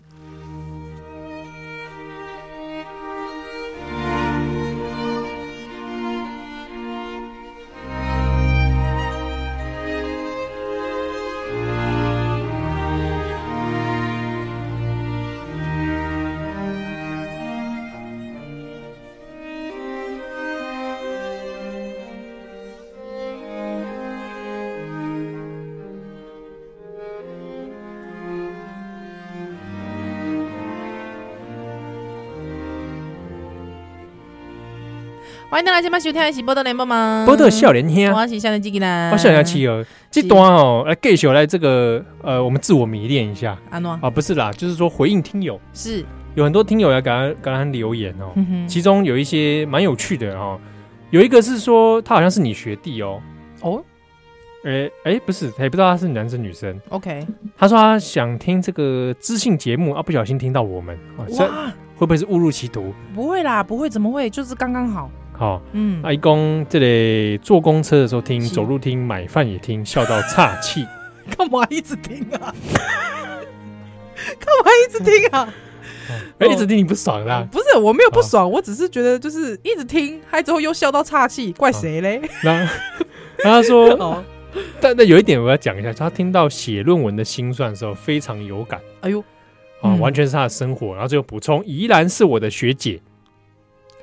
Speaker 1: 欢迎大家今晚收听的是《波多联播》吗？
Speaker 2: 波特笑脸兄，
Speaker 1: 嗯
Speaker 2: 啊
Speaker 1: 我是嗯夏天基吉兰，
Speaker 2: 我笑脸企鹅，这段哦，来 gay 来这个呃，我们自我迷恋一下
Speaker 1: 安诺
Speaker 2: 啊，不是啦，就是说回应听友，
Speaker 1: 是，
Speaker 2: 有很多听友来给他给他留言哦，
Speaker 1: 嗯哼，
Speaker 2: 其中有一些蛮有趣的哦，有一个是说他好像是你学弟哦，
Speaker 1: 哦
Speaker 2: 诶诶，不是，也不知道他是男生女生，
Speaker 1: ，OK，
Speaker 2: 他说他想听这个知性节目啊，不小心听到我们啊，这
Speaker 1: 哇，
Speaker 2: 会不会是误入歧途？
Speaker 1: 不会啦，不会，怎么会？就是刚刚好，
Speaker 2: 好、
Speaker 1: 嗯，
Speaker 2: 阿公这里坐公车的时候听，
Speaker 1: 是
Speaker 2: 走路听，买饭也听，笑到岔 气。
Speaker 1: 干嘛一直听啊？干嘛一直听啊？
Speaker 2: 哎、一直听你不爽啦、
Speaker 1: 不是，我没有不爽，我只是觉得就是一直听，还之后又笑到岔气，怪谁嘞？
Speaker 2: 然后，然后他 说，
Speaker 1: 哦，
Speaker 2: 但但有一点我要讲一下，他听到写论文的辛酸的时候非常有感
Speaker 1: 哎呦
Speaker 2: 啊，
Speaker 1: 嗯
Speaker 2: 完全是他的生活。然后最后补充，宜兰是我的学姐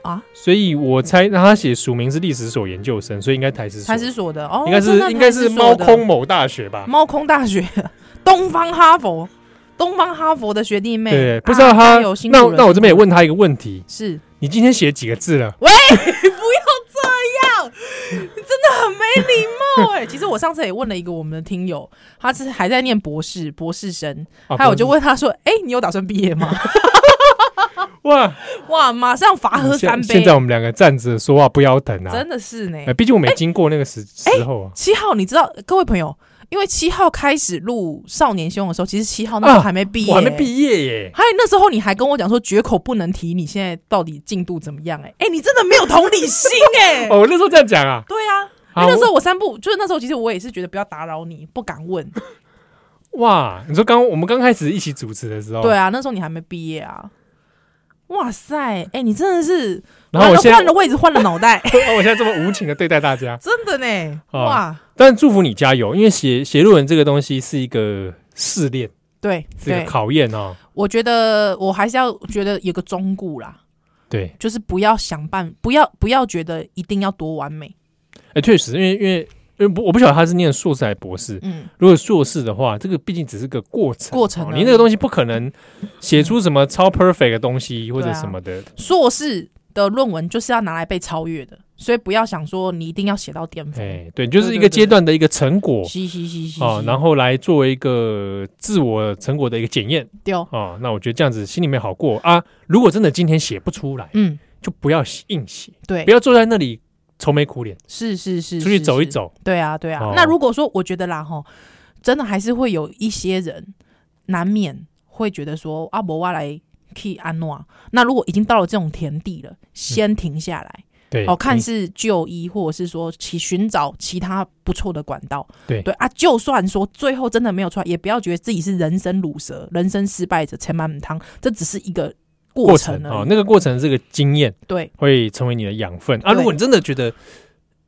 Speaker 1: 啊，
Speaker 2: 所以我猜那他写署名是历史所研究生，所以应该台史所
Speaker 1: 台师所的哦，
Speaker 2: 应该
Speaker 1: 真
Speaker 2: 是嗯
Speaker 1: 的
Speaker 2: 应该
Speaker 1: 台师
Speaker 2: 是
Speaker 1: 所
Speaker 2: 猫
Speaker 1: 的
Speaker 2: 空某大学吧？
Speaker 1: 猫空大学 东方哈佛东方哈佛的学弟妹，
Speaker 2: 对，
Speaker 1: 啊
Speaker 2: 不知道他、
Speaker 1: 加油辛苦
Speaker 2: 那
Speaker 1: 了
Speaker 2: 那我这边也问他一个问题：
Speaker 1: 是
Speaker 2: 你今天写几个字了？
Speaker 1: 不要这样，你真的很没礼貌哎、其实我上次也问了一个我们的听友，他是还在念博士博士生，
Speaker 2: 啊
Speaker 1: 还有我就
Speaker 2: 不是
Speaker 1: 问他说：“哎、你有打算毕业吗
Speaker 2: 哇，
Speaker 1: 哇，马上罚啊喝三
Speaker 2: 嗯
Speaker 1: 杯，
Speaker 2: 现现在我们两个站着说话不腰疼啊！
Speaker 1: 真的是呢。
Speaker 2: 哎，毕竟我没经过那个时时候啊。
Speaker 1: 七号，你知道各位朋友，因为七号开始录《少年凶》的时候，其实七号那时候
Speaker 2: 啊
Speaker 1: 还没毕业、
Speaker 2: 我还没毕业耶，
Speaker 1: 还有那时候你还跟我讲说绝口不能提你现在到底进度怎么样、哎，哎，你真的没有同理心哎、
Speaker 2: 哦，我那时候这样讲啊，
Speaker 1: 对啊，因
Speaker 2: 啊
Speaker 1: 为那时候我三不，就是那时候其实我也是觉得不要打扰你，不敢问。
Speaker 2: 哇，你说刚我们刚开始一起主持的时候，
Speaker 1: 对，啊，那时候你还没毕业啊。哇塞，哎、你真的是
Speaker 2: 然
Speaker 1: 完
Speaker 2: 后我
Speaker 1: 了
Speaker 2: 现在哦
Speaker 1: 换了位置，换了脑 袋，
Speaker 2: 我现在这么无情的对待大家，
Speaker 1: 真的呢。
Speaker 2: 啊
Speaker 1: 哇，
Speaker 2: 但祝福你加油，因为写写论文这个东西是一个试炼，
Speaker 1: 对
Speaker 2: 是一个
Speaker 1: 对，
Speaker 2: 考验哦。
Speaker 1: 我觉得我还是要觉得有个忠固啦，
Speaker 2: 对，
Speaker 1: 就是不要想办，不要不要觉得一定要多完美。
Speaker 2: 哎，确实，因为因为因为不我不晓得他是念硕士还是博士，
Speaker 1: 嗯，
Speaker 2: 如果硕士的话，这个毕竟只是个过程，
Speaker 1: 过程
Speaker 2: 哦
Speaker 1: 而已
Speaker 2: 你那个东西不可能写出什么超 perfect 的东西或者
Speaker 1: 对啊
Speaker 2: 什么的，
Speaker 1: 硕士的论文就是要拿来被超越的，所以不要想说你一定要写到巅峰。
Speaker 2: 哎，对，就是一个
Speaker 1: 对对
Speaker 2: 阶段的一个成果
Speaker 1: 嘻嘻嘻嘻，
Speaker 2: 哦，然后来作为一个自我成果的一个检验
Speaker 1: 丢，
Speaker 2: 哦，那我觉得这样子心里面好过啊。如果真的今天写不出来，
Speaker 1: 嗯，
Speaker 2: 就不要硬写，
Speaker 1: 对
Speaker 2: 不，要坐在那里愁眉苦脸，
Speaker 1: 是是是，
Speaker 2: 出去
Speaker 1: 是
Speaker 2: 走一
Speaker 1: 是
Speaker 2: 走。
Speaker 1: 对啊，对啊。
Speaker 2: 哦
Speaker 1: 那如果说我觉得啦，哈，真的还是会有一些人难免会觉得说，阿伯我来 key 安诺。那如果已经到了这种田地了，
Speaker 2: 嗯
Speaker 1: 先停下来，
Speaker 2: 对，哎嗯
Speaker 1: 哦，看
Speaker 2: 你
Speaker 1: 是就医，或者是说其寻找其他不错的管道。
Speaker 2: 对
Speaker 1: 对啊，就算说最后真的没有出来，也不要觉得自己是人生卤蛇、人生失败者、千满母汤，这只是一个过
Speaker 2: 过程
Speaker 1: 程
Speaker 2: 啊、
Speaker 1: 而
Speaker 2: 哦
Speaker 1: 已。
Speaker 2: 那个过程这个经验
Speaker 1: 对，
Speaker 2: 会成为你的养分啊。
Speaker 1: 对
Speaker 2: 如果你真的觉得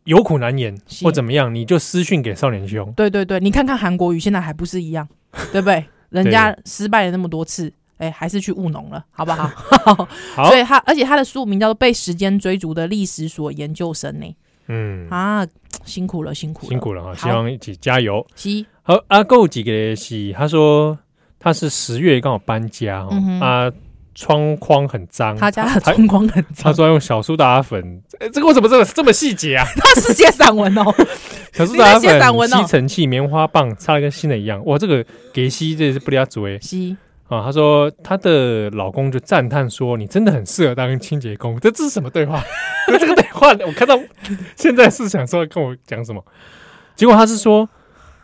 Speaker 2: 有苦难言
Speaker 1: 是
Speaker 2: 或怎么样，你就私讯给少年兄。
Speaker 1: 对对对，你看看韩国瑜现在还不是一 样，对不对？人家失败了那么多次，哎，还是去务农了，好不好？
Speaker 2: 好
Speaker 1: 所，以他，而且他的书名叫做《被时间追逐的历史所研究生》呢，
Speaker 2: 嗯，
Speaker 1: 啊，辛苦了，辛苦了，
Speaker 2: 辛苦了
Speaker 1: 好
Speaker 2: 哈，希望一起加油。
Speaker 1: 西，
Speaker 2: 好，阿够几个喜，他说他是十月刚好搬家哦
Speaker 1: 嗯，哼
Speaker 2: 啊，窗框很脏，
Speaker 1: 他家的春光很
Speaker 2: 嗯他
Speaker 1: 长，
Speaker 2: 说要用小苏打粉，诶这个为什么这么这么细节啊？
Speaker 1: 他是写散文哦，
Speaker 2: 小苏打
Speaker 1: 你在写散
Speaker 2: 粉、
Speaker 1: 文哦
Speaker 2: 吸尘器、棉花棒，擦的跟新的一样。哇，这个给吸这也是不了主哎
Speaker 1: 西，
Speaker 2: 啊！她说她的老公就赞叹说：“你真的很适合当清洁工。” 这这是什么对话？因为这个对话我看到现在是想说跟我讲什么，结果她是说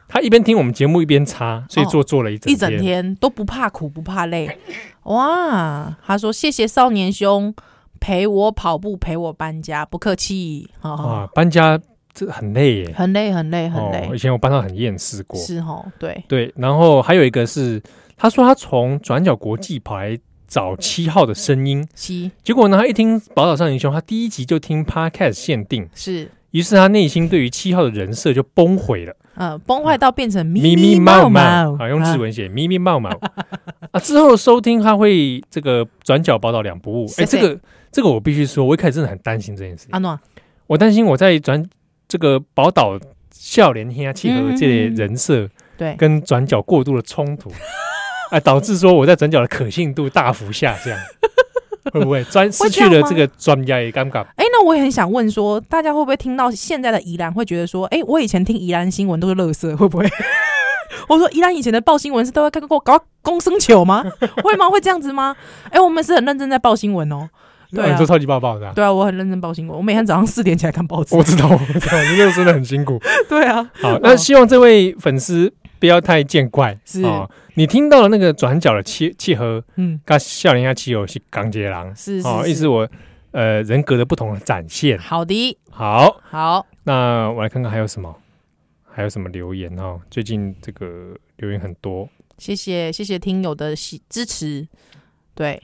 Speaker 2: 她一边听我们节目一边擦，所以做做了一整
Speaker 1: 哦一整天都不怕苦不怕累，哇，他说谢谢少年兄陪我跑步陪我搬家，不客气，哈、
Speaker 2: 啊！搬家这很累耶，
Speaker 1: 很累很累很累
Speaker 2: 哦，以，前我搬到很厌世过，
Speaker 1: 是哦，对，
Speaker 2: 对，然后还有一个是，他说他从转角国际跑来找七号的声音，
Speaker 1: 西
Speaker 2: 结果呢，他一听《宝岛少年兄》，他第一集就听 Podcast 限定，
Speaker 1: 是。
Speaker 2: 于是他内心对于七号的人设就崩毁了，
Speaker 1: 呃，崩坏到变成 咪
Speaker 2: 咪
Speaker 1: 咪
Speaker 2: 咪
Speaker 1: 冒
Speaker 2: 冒
Speaker 1: 冒
Speaker 2: 冒，啊，用日文写咪咪冒 冒啊。之后收听他会这个转角宝岛两不误，
Speaker 1: 谢
Speaker 2: 哎，
Speaker 1: 谢
Speaker 2: 这个这个我必须说，我一开始真的很担心这件事情，
Speaker 1: 阿诺，啊
Speaker 2: 我担心我在转这个宝岛笑脸天啊契合这类人设
Speaker 1: 对，
Speaker 2: 跟转角过度的 冲突，啊，导致说我在转角的可信度大幅下 降。会不会专失
Speaker 1: 会这
Speaker 2: 去
Speaker 1: 样
Speaker 2: 了
Speaker 1: 吗
Speaker 2: 这个专家也尴尬？
Speaker 1: 哎、那我也很想问说，大家会不会听到现在的宜兰会觉得说，哎、我以前听宜兰新闻都是乐色，会不 会？我说宜兰以前的报新闻是都会看过搞公生球吗？会吗？会这样子吗？哎、我们是很认真在报新闻哦。对
Speaker 2: 那
Speaker 1: 啊
Speaker 2: 你做超级抱抱的啊、
Speaker 1: 对啊，我很认真报新闻，我每天早上四点起来看报纸
Speaker 2: 我。知道，我知道，你这个真的很辛苦。
Speaker 1: 对啊，
Speaker 2: 好，那希望这位粉丝不要太见怪。
Speaker 1: 是
Speaker 2: 哦，你听到了那个转角的契契合，
Speaker 1: 嗯，
Speaker 2: 跟笑脸下契友是钢结狼，
Speaker 1: 是是
Speaker 2: 哦，
Speaker 1: 是
Speaker 2: 意思我呃人格的不同的展现。
Speaker 1: 好的，
Speaker 2: 好，
Speaker 1: 好，
Speaker 2: 那我来看看还有什么，还有什么留言哦。最近这个留言很多，
Speaker 1: 谢谢谢谢听友的喜支持，对。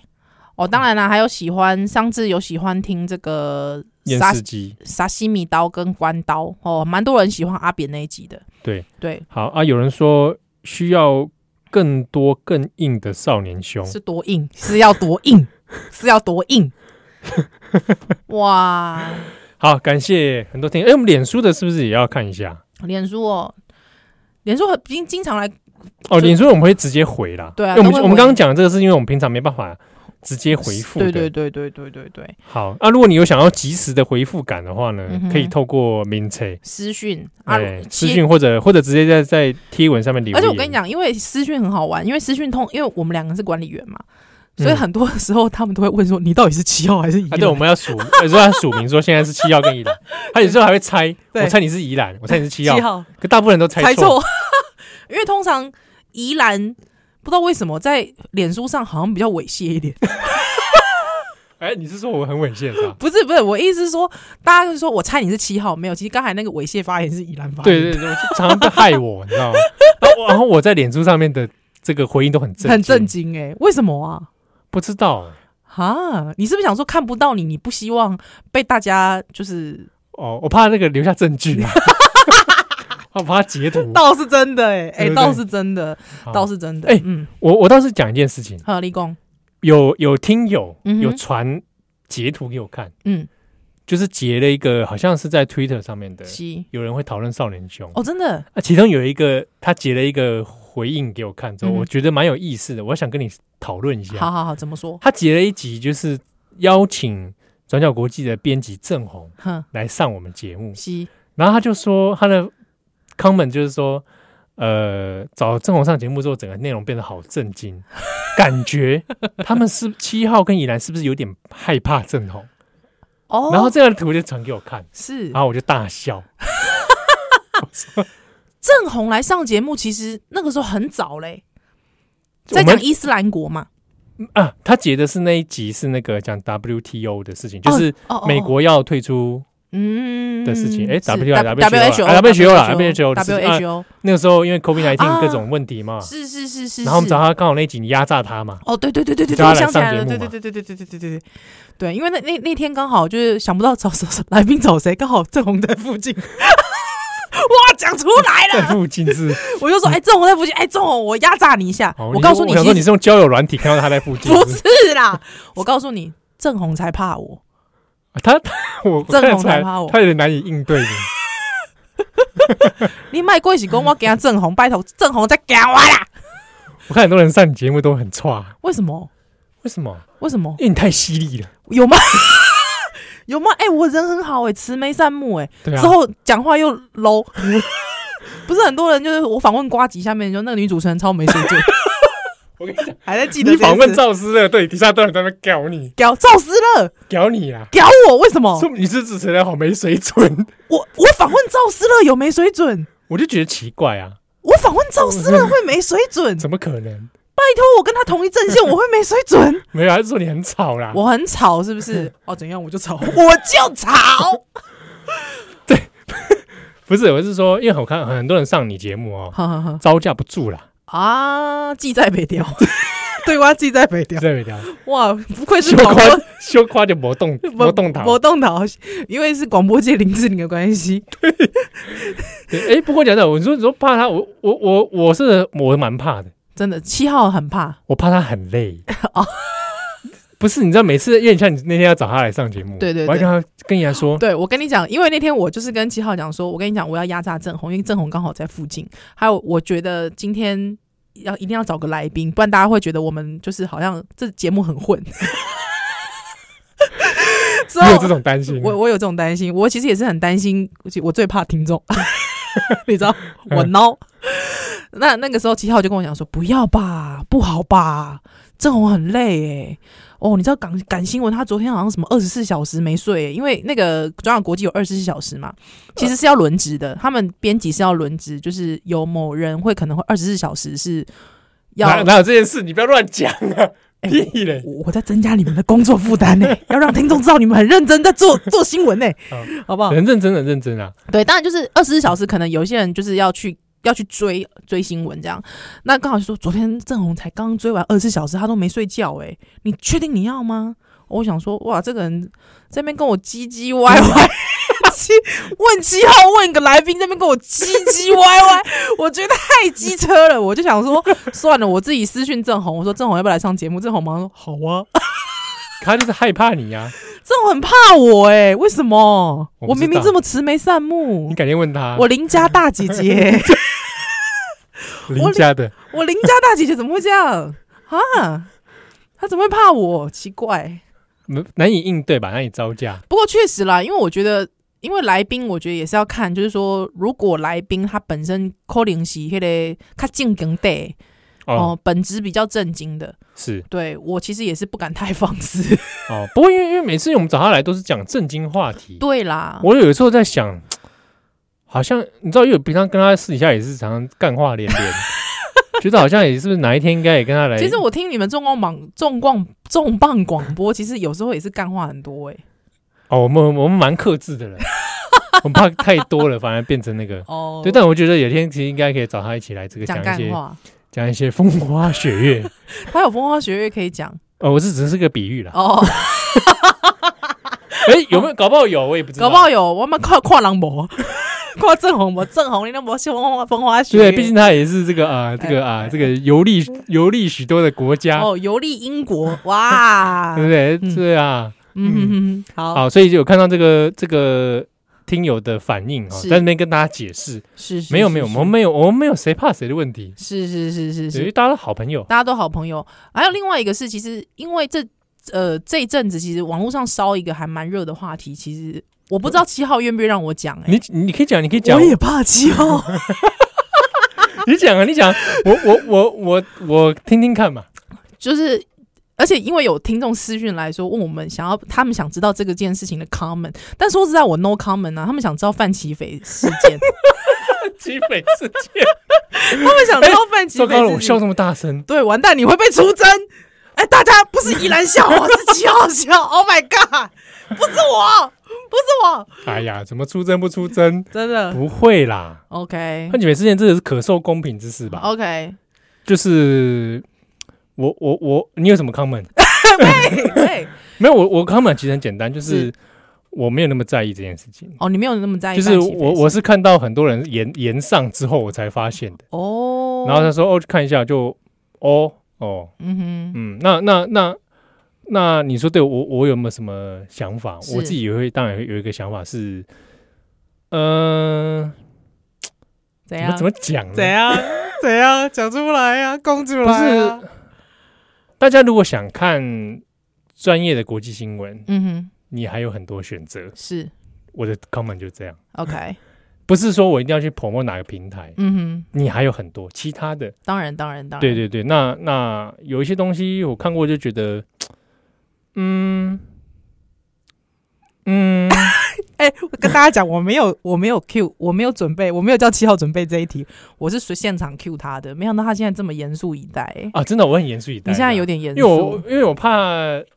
Speaker 1: 哦，当然啦，还有喜欢上次有喜欢听这个
Speaker 2: 验
Speaker 1: 沙
Speaker 2: 尸机。
Speaker 1: 沙西米刀跟关刀哦，蛮多人喜欢阿扁那一集的。
Speaker 2: 对
Speaker 1: 对，
Speaker 2: 好啊，有人说需要更多更硬的少年胸，
Speaker 1: 是多硬，是要多 硬，是要多硬。 哇，
Speaker 2: 好，感谢很多听。哎、我们脸书的是不是也要看一下？
Speaker 1: 脸书哦，脸书很经经常来，就
Speaker 2: 哦，脸书我们会直接回啦。
Speaker 1: 对啊
Speaker 2: 因为
Speaker 1: 都
Speaker 2: 我们
Speaker 1: 会
Speaker 2: 我们
Speaker 1: 回
Speaker 2: 刚刚讲的这个是因为我们平常没办法直接回复的。
Speaker 1: 对对对对对对对，
Speaker 2: 好，啊那、如果你有想要及时的回复感的话呢，
Speaker 1: 嗯哼
Speaker 2: 可以透过名册、
Speaker 1: 私讯啊
Speaker 2: 哎，私
Speaker 1: 其
Speaker 2: 讯或者或者直接在在贴文上面留言。
Speaker 1: 而且我跟你，讲，因为私讯很好玩，因为私讯通，因为我们两个是管理员嘛，所以
Speaker 2: 嗯
Speaker 1: 很多的时候他们都会问说你到底是七号还是一
Speaker 2: 啊，
Speaker 1: 号？
Speaker 2: 对，我们要署，有时候要署名说现在是七号跟 宜兰，他有时候还会猜，
Speaker 1: 对
Speaker 2: 我猜你是宜兰，我猜你是七号
Speaker 1: 七，号
Speaker 2: 可大部分人都猜
Speaker 1: 猜
Speaker 2: 错，
Speaker 1: 错， 因为通常宜兰不知道为什么在脸书上好像比较猥亵一点。
Speaker 2: 哎，你是说我很猥 亵是吧？
Speaker 1: 不是不是，我意思是说，大家就说我猜你是七号，没有，其实刚才那个猥亵发言是宜兰发言，
Speaker 2: 对对对，我就常常被害我，你知 道吗？然后我然后我在脸书上面的这个回应都很正，
Speaker 1: 很震，惊哎、为什么啊？
Speaker 2: 不知道
Speaker 1: 啊，你是不是想说看不到你，你不希望被大家就是
Speaker 2: 哦，我怕那个留下证 据啊，我怕截图。
Speaker 1: 倒是真的哎、哎、
Speaker 2: 哦对对对
Speaker 1: 倒是真的，
Speaker 2: 好
Speaker 1: 倒是真的，
Speaker 2: 哎
Speaker 1: 嗯，
Speaker 2: 我我倒是讲一件事情，
Speaker 1: 好，立功，
Speaker 2: 有有听友
Speaker 1: 嗯哼
Speaker 2: 有传截图给我看，
Speaker 1: 嗯，
Speaker 2: 就是截了一个好像是在 Twitter 上面的，
Speaker 1: 七，
Speaker 2: 有人会讨论少年凶
Speaker 1: 哦，真的，
Speaker 2: 啊，其中有一个他截了一个回应给我看之后，
Speaker 1: 嗯哼
Speaker 2: 我觉得蛮有意思的，我想跟你讨论一
Speaker 1: 好
Speaker 2: 下。
Speaker 1: 好好，怎么说？
Speaker 2: 他截了一集，就是邀请转角国际的编辑郑红
Speaker 1: 哼，
Speaker 2: 来上我们节目，
Speaker 1: 七，
Speaker 2: 然后他就说他的 comment 就是说，呃，找郑红上节目之后，整个内容变得好 震惊，感觉他们是七号跟怡兰是不是有点害怕郑红？
Speaker 1: 哦，
Speaker 2: 然后这个图就传给我看，
Speaker 1: 是
Speaker 2: 然后我就大笑。
Speaker 1: 郑红来上节目，其实那个时候很早嘞，在
Speaker 2: 我们
Speaker 1: 讲伊斯兰国嘛，
Speaker 2: 啊，他截的是那一集是那个讲 WTO 的事情，就是
Speaker 1: 哦哦
Speaker 2: 美国要退出。
Speaker 1: 嗯
Speaker 2: 的事情诶
Speaker 1: 是
Speaker 2: W-
Speaker 1: WHO
Speaker 2: WHO
Speaker 1: 啦
Speaker 2: 啊
Speaker 1: WHO 啦
Speaker 2: WHO 的事情
Speaker 1: WHO
Speaker 2: 那个时候因为 COVID
Speaker 1: 啊
Speaker 2: 19各种问题嘛，
Speaker 1: 是是是是，
Speaker 2: 啊然后我们
Speaker 1: 是
Speaker 2: 找他刚好那一集你压榨 他嘛，
Speaker 1: 哦，对对对对对，对
Speaker 2: 叫他
Speaker 1: 我
Speaker 2: 来
Speaker 1: 想起
Speaker 2: 上
Speaker 1: 来
Speaker 2: 节
Speaker 1: 了，
Speaker 2: 目
Speaker 1: 对对
Speaker 2: 嘛
Speaker 1: 对对对对对对对对对，因为那那那天刚好就是想不到找找找来宾找谁，刚好郑红在附近， 哇，讲出来
Speaker 2: 在
Speaker 1: 了，
Speaker 2: 附近是。
Speaker 1: 我就说，哎，郑红在附近，哎，郑红，我压榨你一下，
Speaker 2: 哦
Speaker 1: 我告诉
Speaker 2: 你
Speaker 1: 你，
Speaker 2: 说，我想说
Speaker 1: 其
Speaker 2: 你
Speaker 1: 实
Speaker 2: 是用交友软体看到他在附近，
Speaker 1: 不
Speaker 2: 是
Speaker 1: 是啦，我告诉你，郑红才怕我，
Speaker 2: 啊他他我我
Speaker 1: 郑
Speaker 2: 看得
Speaker 1: 红
Speaker 2: 出来
Speaker 1: 才怕我
Speaker 2: 他有点难以应对你。
Speaker 1: 你卖过喜公，我给他郑红，拜托郑红再给我啦，
Speaker 2: 我看很多人上你节目都很差，
Speaker 1: 为什么？
Speaker 2: 为什么？
Speaker 1: 为什么？
Speaker 2: 因为你太犀利了。
Speaker 1: 有 吗？有吗？哎、我人很好哎、慈眉善目哎、
Speaker 2: 对啊
Speaker 1: 之，后讲话又 low，不是很多人就是我访问瓜吉下面就那个女主持人超没水 准，
Speaker 2: 我跟你讲，
Speaker 1: 还在记得
Speaker 2: 你
Speaker 1: 这件
Speaker 2: 访问
Speaker 1: 事
Speaker 2: 赵思乐，对，底下都有人在那边屌你，
Speaker 1: 屌赵思乐，
Speaker 2: 屌你啊！
Speaker 1: 屌我为什么？
Speaker 2: 说你是主持人好没水准，
Speaker 1: 我我访问赵思乐有没水准？
Speaker 2: 我就觉得奇怪啊，
Speaker 1: 我访问赵思乐会没水准？
Speaker 2: 怎么可能？
Speaker 1: 拜托，我跟他同一阵 线，我会没水准？
Speaker 2: 没有，啊他是说你很吵啦。
Speaker 1: 我很吵是不 是？哦，怎样我就吵，我就吵。
Speaker 2: 不是，我是说，因为我看很多人上你节目哦，
Speaker 1: 哈哈哈
Speaker 2: 招架不住啦，
Speaker 1: 啊，记在北调，对瓜记在北调，
Speaker 2: 这 边聊，
Speaker 1: 哇，不愧是
Speaker 2: 羞
Speaker 1: 广播
Speaker 2: 夸 羞夸就魔 动 魔动堂。
Speaker 1: 魔动岛，因为是广播界林志玲的关 系，
Speaker 2: 哎，不过讲讲，我说你说怕他，我我我我是我蛮怕的，
Speaker 1: 真的七号很怕
Speaker 2: 我怕他很累
Speaker 1: 哦。
Speaker 2: 不是，你知道每次，因为你像你那天要找他来上节目，
Speaker 1: 对对对
Speaker 2: 我还跟他跟人家说，
Speaker 1: 对，我跟你讲，因为那天我就是跟七号讲说，我跟你讲，我要压榨郑红，因为郑红刚好在附近。还有，我觉得今天要一定要找个来宾，不然大家会觉得我们就是好像这节目很 混。之
Speaker 2: 你有这
Speaker 1: 后，
Speaker 2: 种担心，
Speaker 1: 啊我我有这种担心，我其实也是很担心，我最怕听众， 你知道，
Speaker 2: 嗯
Speaker 1: 我孬。那那个时候，七号就跟我讲说：“不要吧，不好吧，郑红很累诶。哦，你知道赶赶新闻，他昨天好像什么二十四小时没睡耶，因为那个转角国际有二十四小时嘛，其实是要轮值的，他们编辑是要轮值，就是有某人会可能会二十四小时是要
Speaker 2: 哪哪有这件事？你不要乱讲啊！
Speaker 1: 哎
Speaker 2: 屁 嘞！
Speaker 1: 我我在增加你们的工作负担呢，要让听众知道你们很认真在做做新闻呢
Speaker 2: 好，
Speaker 1: 好不好？
Speaker 2: 很认真，很认真啊！
Speaker 1: 对，当然就是二十四小时，可能有一些人就是要去要去追追新闻这样。那刚好就说，昨天郑红才刚追完二十四小时，他都没睡觉、欸，你确定你要吗？我想说，哇，这个人在那边跟我唧唧歪歪。 七问七号问个来宾，在那边跟我唧唧歪歪，我觉得太机车了。我就想说，算了，我自己私讯郑红，我说郑红要不要来上节目？郑红马上说好啊，
Speaker 2: 他就是害怕你呀、啊，
Speaker 1: 郑红很怕我哎、为什么？
Speaker 2: 我
Speaker 1: 我
Speaker 2: 不知道
Speaker 1: 明明这么慈眉善目
Speaker 2: 你，改天问他。
Speaker 1: 我邻家大姐 姐。
Speaker 2: 邻家的，
Speaker 1: 我邻家大姐姐怎么会这样啊？她怎么会怕我？奇怪。
Speaker 2: 嗯难以应对吧，难以招架。
Speaker 1: 不过确实啦，因为我觉得，因为来宾，我觉得也是要看，就是说，如果来宾他本身可能是那个较正经的，哦、
Speaker 2: 哦，
Speaker 1: 本职比较正经的，
Speaker 2: 是
Speaker 1: 对我其实也是不敢太放肆。
Speaker 2: 哦，不过因为因为每次我们找他来都是讲正经话题，
Speaker 1: 对啦，
Speaker 2: 我有时候在想，好像你知道，因为平常跟他私底下也是常常干话 连连，觉得好像也是不是哪一天应该也跟他来。
Speaker 1: 其实我听你们重磅广重磅重磅广播，其实有时候也是干话很多哎、
Speaker 2: 哦，我们我们蛮克 制的人，我们怕太多了，反而变成那个。
Speaker 1: 哦
Speaker 2: 对，但我觉得有一天其实应该可以找他一起来这个讲
Speaker 1: 讲
Speaker 2: 一
Speaker 1: 干
Speaker 2: 些
Speaker 1: 话，
Speaker 2: 讲一些风花雪月。
Speaker 1: 他有风花雪月可以讲
Speaker 2: 哦，我是只是个比喻啦。
Speaker 1: 哦，
Speaker 2: 哎、有没有搞不好有，我也不知道。
Speaker 1: 搞不好有我们跨跨狼 博，跨正红博，正红你那博秀风花风花雪月，
Speaker 2: 对，毕竟他也是这个啊、这个
Speaker 1: 哎
Speaker 2: 啊、这个游历游历许多的国家，
Speaker 1: 哦游历英 国哇，
Speaker 2: 对不对？
Speaker 1: 嗯
Speaker 2: 对啊。
Speaker 1: 嗯，好，
Speaker 2: 好，所以就有看到这个这个听友的反应啊、
Speaker 1: 是
Speaker 2: 在那边跟大家解释，
Speaker 1: 是是
Speaker 2: 没有
Speaker 1: 是
Speaker 2: 没有，我
Speaker 1: 是
Speaker 2: 们没有我们没有谁怕谁的问题，
Speaker 1: 是是是是
Speaker 2: 因为
Speaker 1: 是，
Speaker 2: 大家都好朋友，
Speaker 1: 大家都好朋友。还有另外一个是，其实因为这呃这一阵子，其实网络上烧一个还蛮热的话题，其实我不知道七号愿不愿意让我讲哎、
Speaker 2: 呃你你可以讲，你可以讲，
Speaker 1: 怕七号，
Speaker 2: 你讲啊，你讲，我我我我我听听看嘛，
Speaker 1: 就是。而且因为有听众私讯来说问我们想要他们想知道这个件事情的 comment，但说实在我 no comment 啊，他们想知道范奇斐事 件，
Speaker 2: 鸡匪事件，
Speaker 1: 他们想知道范奇
Speaker 2: 糟
Speaker 1: 斐
Speaker 2: 糕了，
Speaker 1: 事
Speaker 2: 我笑
Speaker 1: 件，
Speaker 2: 这么大声，
Speaker 1: 对，完蛋你会被出征，哎、大家不是宜兰笑我，是七号 笑，Oh my god，不是我，不是我，
Speaker 2: 哎呀，怎么出征不出征？
Speaker 1: 真的
Speaker 2: 不会啦，
Speaker 1: ，OK
Speaker 2: 范姐妹之前真的是可受公平之事
Speaker 1: 哦
Speaker 2: 吧？
Speaker 1: OK，
Speaker 2: 就是我我我，你有什 么 comment？
Speaker 1: 对，
Speaker 2: 没有，我我 comment 其实很简单，就是
Speaker 1: 是
Speaker 2: 我没有那么在意这件事情。
Speaker 1: 哦，你没有那么在意
Speaker 2: 就
Speaker 1: 范
Speaker 2: 是
Speaker 1: 琪斐事，
Speaker 2: 我我是看到很多人延延上之后我才发现的，
Speaker 1: 哦，
Speaker 2: 然后他说哦去看一下就哦哦
Speaker 1: 嗯哼，
Speaker 2: 嗯，那那那那你说对我我有没有什么想法？
Speaker 1: 是
Speaker 2: 我自己也会当然有一个想法是，嗯、
Speaker 1: 怎
Speaker 2: 怎么
Speaker 1: 样？
Speaker 2: 怎么讲呢？
Speaker 1: 样？怎样？讲出来呀、啊，公主啊
Speaker 2: 不！大家如果想看专业的国际新闻，
Speaker 1: 嗯哼，
Speaker 2: 你还有很多选择。
Speaker 1: 是
Speaker 2: 我的 comment 就这样，
Speaker 1: OK，
Speaker 2: 不是说我一定要去 promo 哪个平台，
Speaker 1: 嗯
Speaker 2: 你还有很多其他的。
Speaker 1: 哼，当然，当然，当然，
Speaker 2: 对，对对，那那有一些东西我看过就觉得，嗯嗯，
Speaker 1: 哎、我跟大家讲，我没有，我没有 Q，我没有准备，我没有叫七号准备这一题，我是随现场 Q 他的，没想到他现在这么严肃以待、哎
Speaker 2: 啊，真的我很严肃以待。
Speaker 1: 你现在有，点严
Speaker 2: 因为我
Speaker 1: 肃
Speaker 2: 因为我怕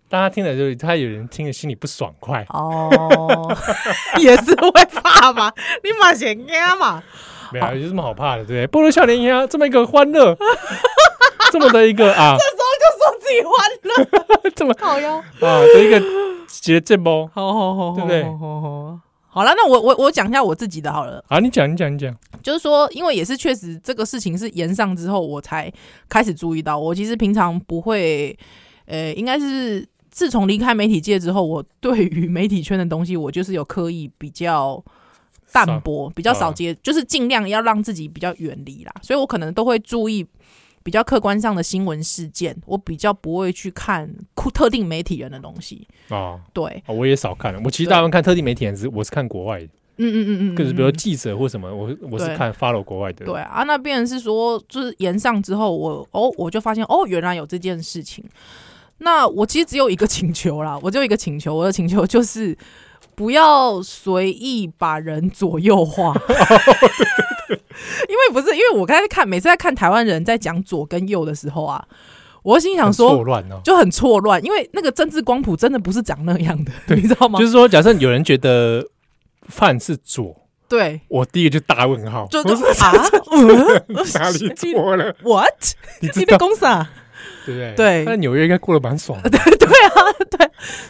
Speaker 2: 大家听了就他有人听了心里不爽
Speaker 1: 啊
Speaker 2: 快，
Speaker 1: 哦， 也是会怕 嘛，你马显干嘛？
Speaker 2: 没有、有什么好怕的，对不对？菠萝笑脸呀，这么一个欢乐，这么的一个 啊
Speaker 1: 说自己欢乐，
Speaker 2: 这么
Speaker 1: 好呀。
Speaker 2: 啊的一个节节目
Speaker 1: 好好好，
Speaker 2: 对不对
Speaker 1: 好好好好了，那我我我讲一下我自己的好了，
Speaker 2: 啊，你讲你讲你讲，
Speaker 1: 就是说，因为也是确实这个事情是延上之后，我才开始注意到。我其实平常不会，呃，应该是自从离开媒体界之后，我对于媒体圈的东西，我就是有刻意比较淡
Speaker 2: 啊
Speaker 1: 薄，比较少接，就是尽量要让自己比较远离啦。所以我可能都会注意比较客观上的新闻事件，我比较不会去看酷特定媒体人的东西。
Speaker 2: 啊。
Speaker 1: 对，
Speaker 2: 啊我也少看了，我其实
Speaker 1: 对
Speaker 2: 大部分看特定媒体，是我是看国外的，
Speaker 1: 嗯嗯嗯嗯嗯，
Speaker 2: 就是比如
Speaker 1: 嗯
Speaker 2: 记者或什么，我我是
Speaker 1: 对
Speaker 2: 看 follow 国外的。
Speaker 1: 对啊，那变成是说，就是延上之后我，哦，我就发现哦，原来有这件事情。那我其实只有一个请求啦，我只有一个请求，我的请求就是不要随意把人左右化。 因为不是，因为我刚才看，每次在看台湾人在讲左跟右的时候啊，我心想
Speaker 2: 很
Speaker 1: 说
Speaker 2: 错乱哦。
Speaker 1: 就很错乱，因为那个政治光谱真的不是长那样的，你知道吗？
Speaker 2: 就是说，假设有人觉得饭是左，
Speaker 1: 对，
Speaker 2: 我第一个就大问号，
Speaker 1: 就
Speaker 2: 我说
Speaker 1: 就啊，嗯
Speaker 2: 哪里左了？
Speaker 1: ？What？
Speaker 2: 你
Speaker 1: 你
Speaker 2: 知
Speaker 1: 的
Speaker 2: 道
Speaker 1: 公啥？
Speaker 2: 对不对？
Speaker 1: 对
Speaker 2: 那纽约应该过得蛮爽的。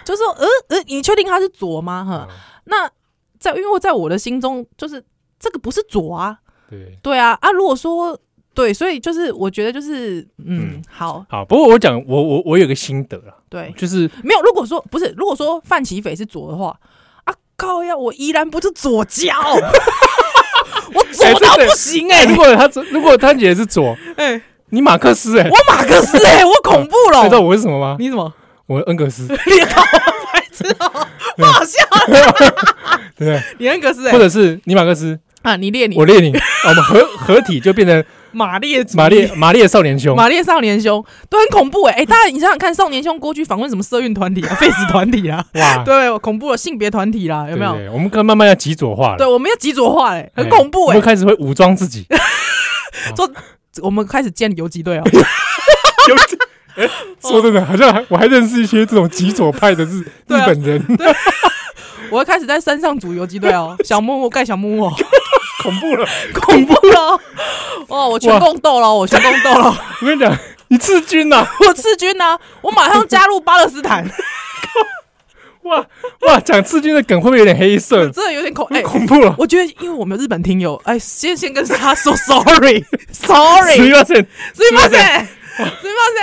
Speaker 1: 就说呃呃，你确定他是左吗？
Speaker 2: 嗯
Speaker 1: 哈，那在因为在我的心中，就是这个不是左啊，
Speaker 2: 对，
Speaker 1: 对啊啊，如果说对，所以就是我觉得就是嗯
Speaker 2: 嗯
Speaker 1: 好
Speaker 2: 好。不过我讲，我我我有个心得啦，
Speaker 1: 对，
Speaker 2: 就是
Speaker 1: 没有如果说不是，如果说范奇斐是左的话啊，靠呀，我依然不是左脚， 我左到不行 哎、
Speaker 2: 哎，如果他如果他姐 是左，
Speaker 1: 哎、
Speaker 2: 你马克思哎，
Speaker 1: 我马克思哎、我恐怖
Speaker 2: 你知道
Speaker 1: 了，
Speaker 2: 我是什么吗？
Speaker 1: 你怎么？
Speaker 2: 我恩格斯，对
Speaker 1: 你好白痴哦、不好笑，
Speaker 2: 不对？
Speaker 1: 你恩格斯哎、
Speaker 2: 或者是你马克思，
Speaker 1: 啊，你列你
Speaker 2: 哦 我列宁，啊我们合合体就变成
Speaker 1: 马列主义
Speaker 2: 马列马列少年兄，
Speaker 1: 马列少年兄都很恐怖哎、欸、哎、大家你想想看，少年兄过去访问什么社运团体 啊、废死团体啊，
Speaker 2: 哇，
Speaker 1: 对，恐怖的性别团体啦，有没有？
Speaker 2: 对？对我们可慢慢要极左化了，
Speaker 1: 对，我们要极左化哎、
Speaker 2: 哎，
Speaker 1: 很恐怖
Speaker 2: 我
Speaker 1: 哎、
Speaker 2: 们开始会武装 自己，
Speaker 1: 我们开始建游击 队哦，
Speaker 2: 有哎说真的，好像还我还认识一些这种极左派的日日
Speaker 1: 哦对啊
Speaker 2: 本人，
Speaker 1: 我要开始在山上组游击队哦，小木屋盖小木 屋哦，
Speaker 2: 恐怖了！
Speaker 1: 恐怖了哦，我全共斗了，我 全共斗了，
Speaker 2: 我跟你讲，你赤军啊呐、
Speaker 1: 我赤军呢、我马上加入巴勒斯坦，
Speaker 2: 哇哇，讲赤军的梗会不会有点黑色？
Speaker 1: 真的有点 恐哎、
Speaker 2: 恐怖哦了！
Speaker 1: 我觉得，因为我们有日本听友，哎，先先跟他说
Speaker 2: 十
Speaker 1: sorry，sorry，
Speaker 2: 月份，
Speaker 1: すいません，すいませ
Speaker 2: 呃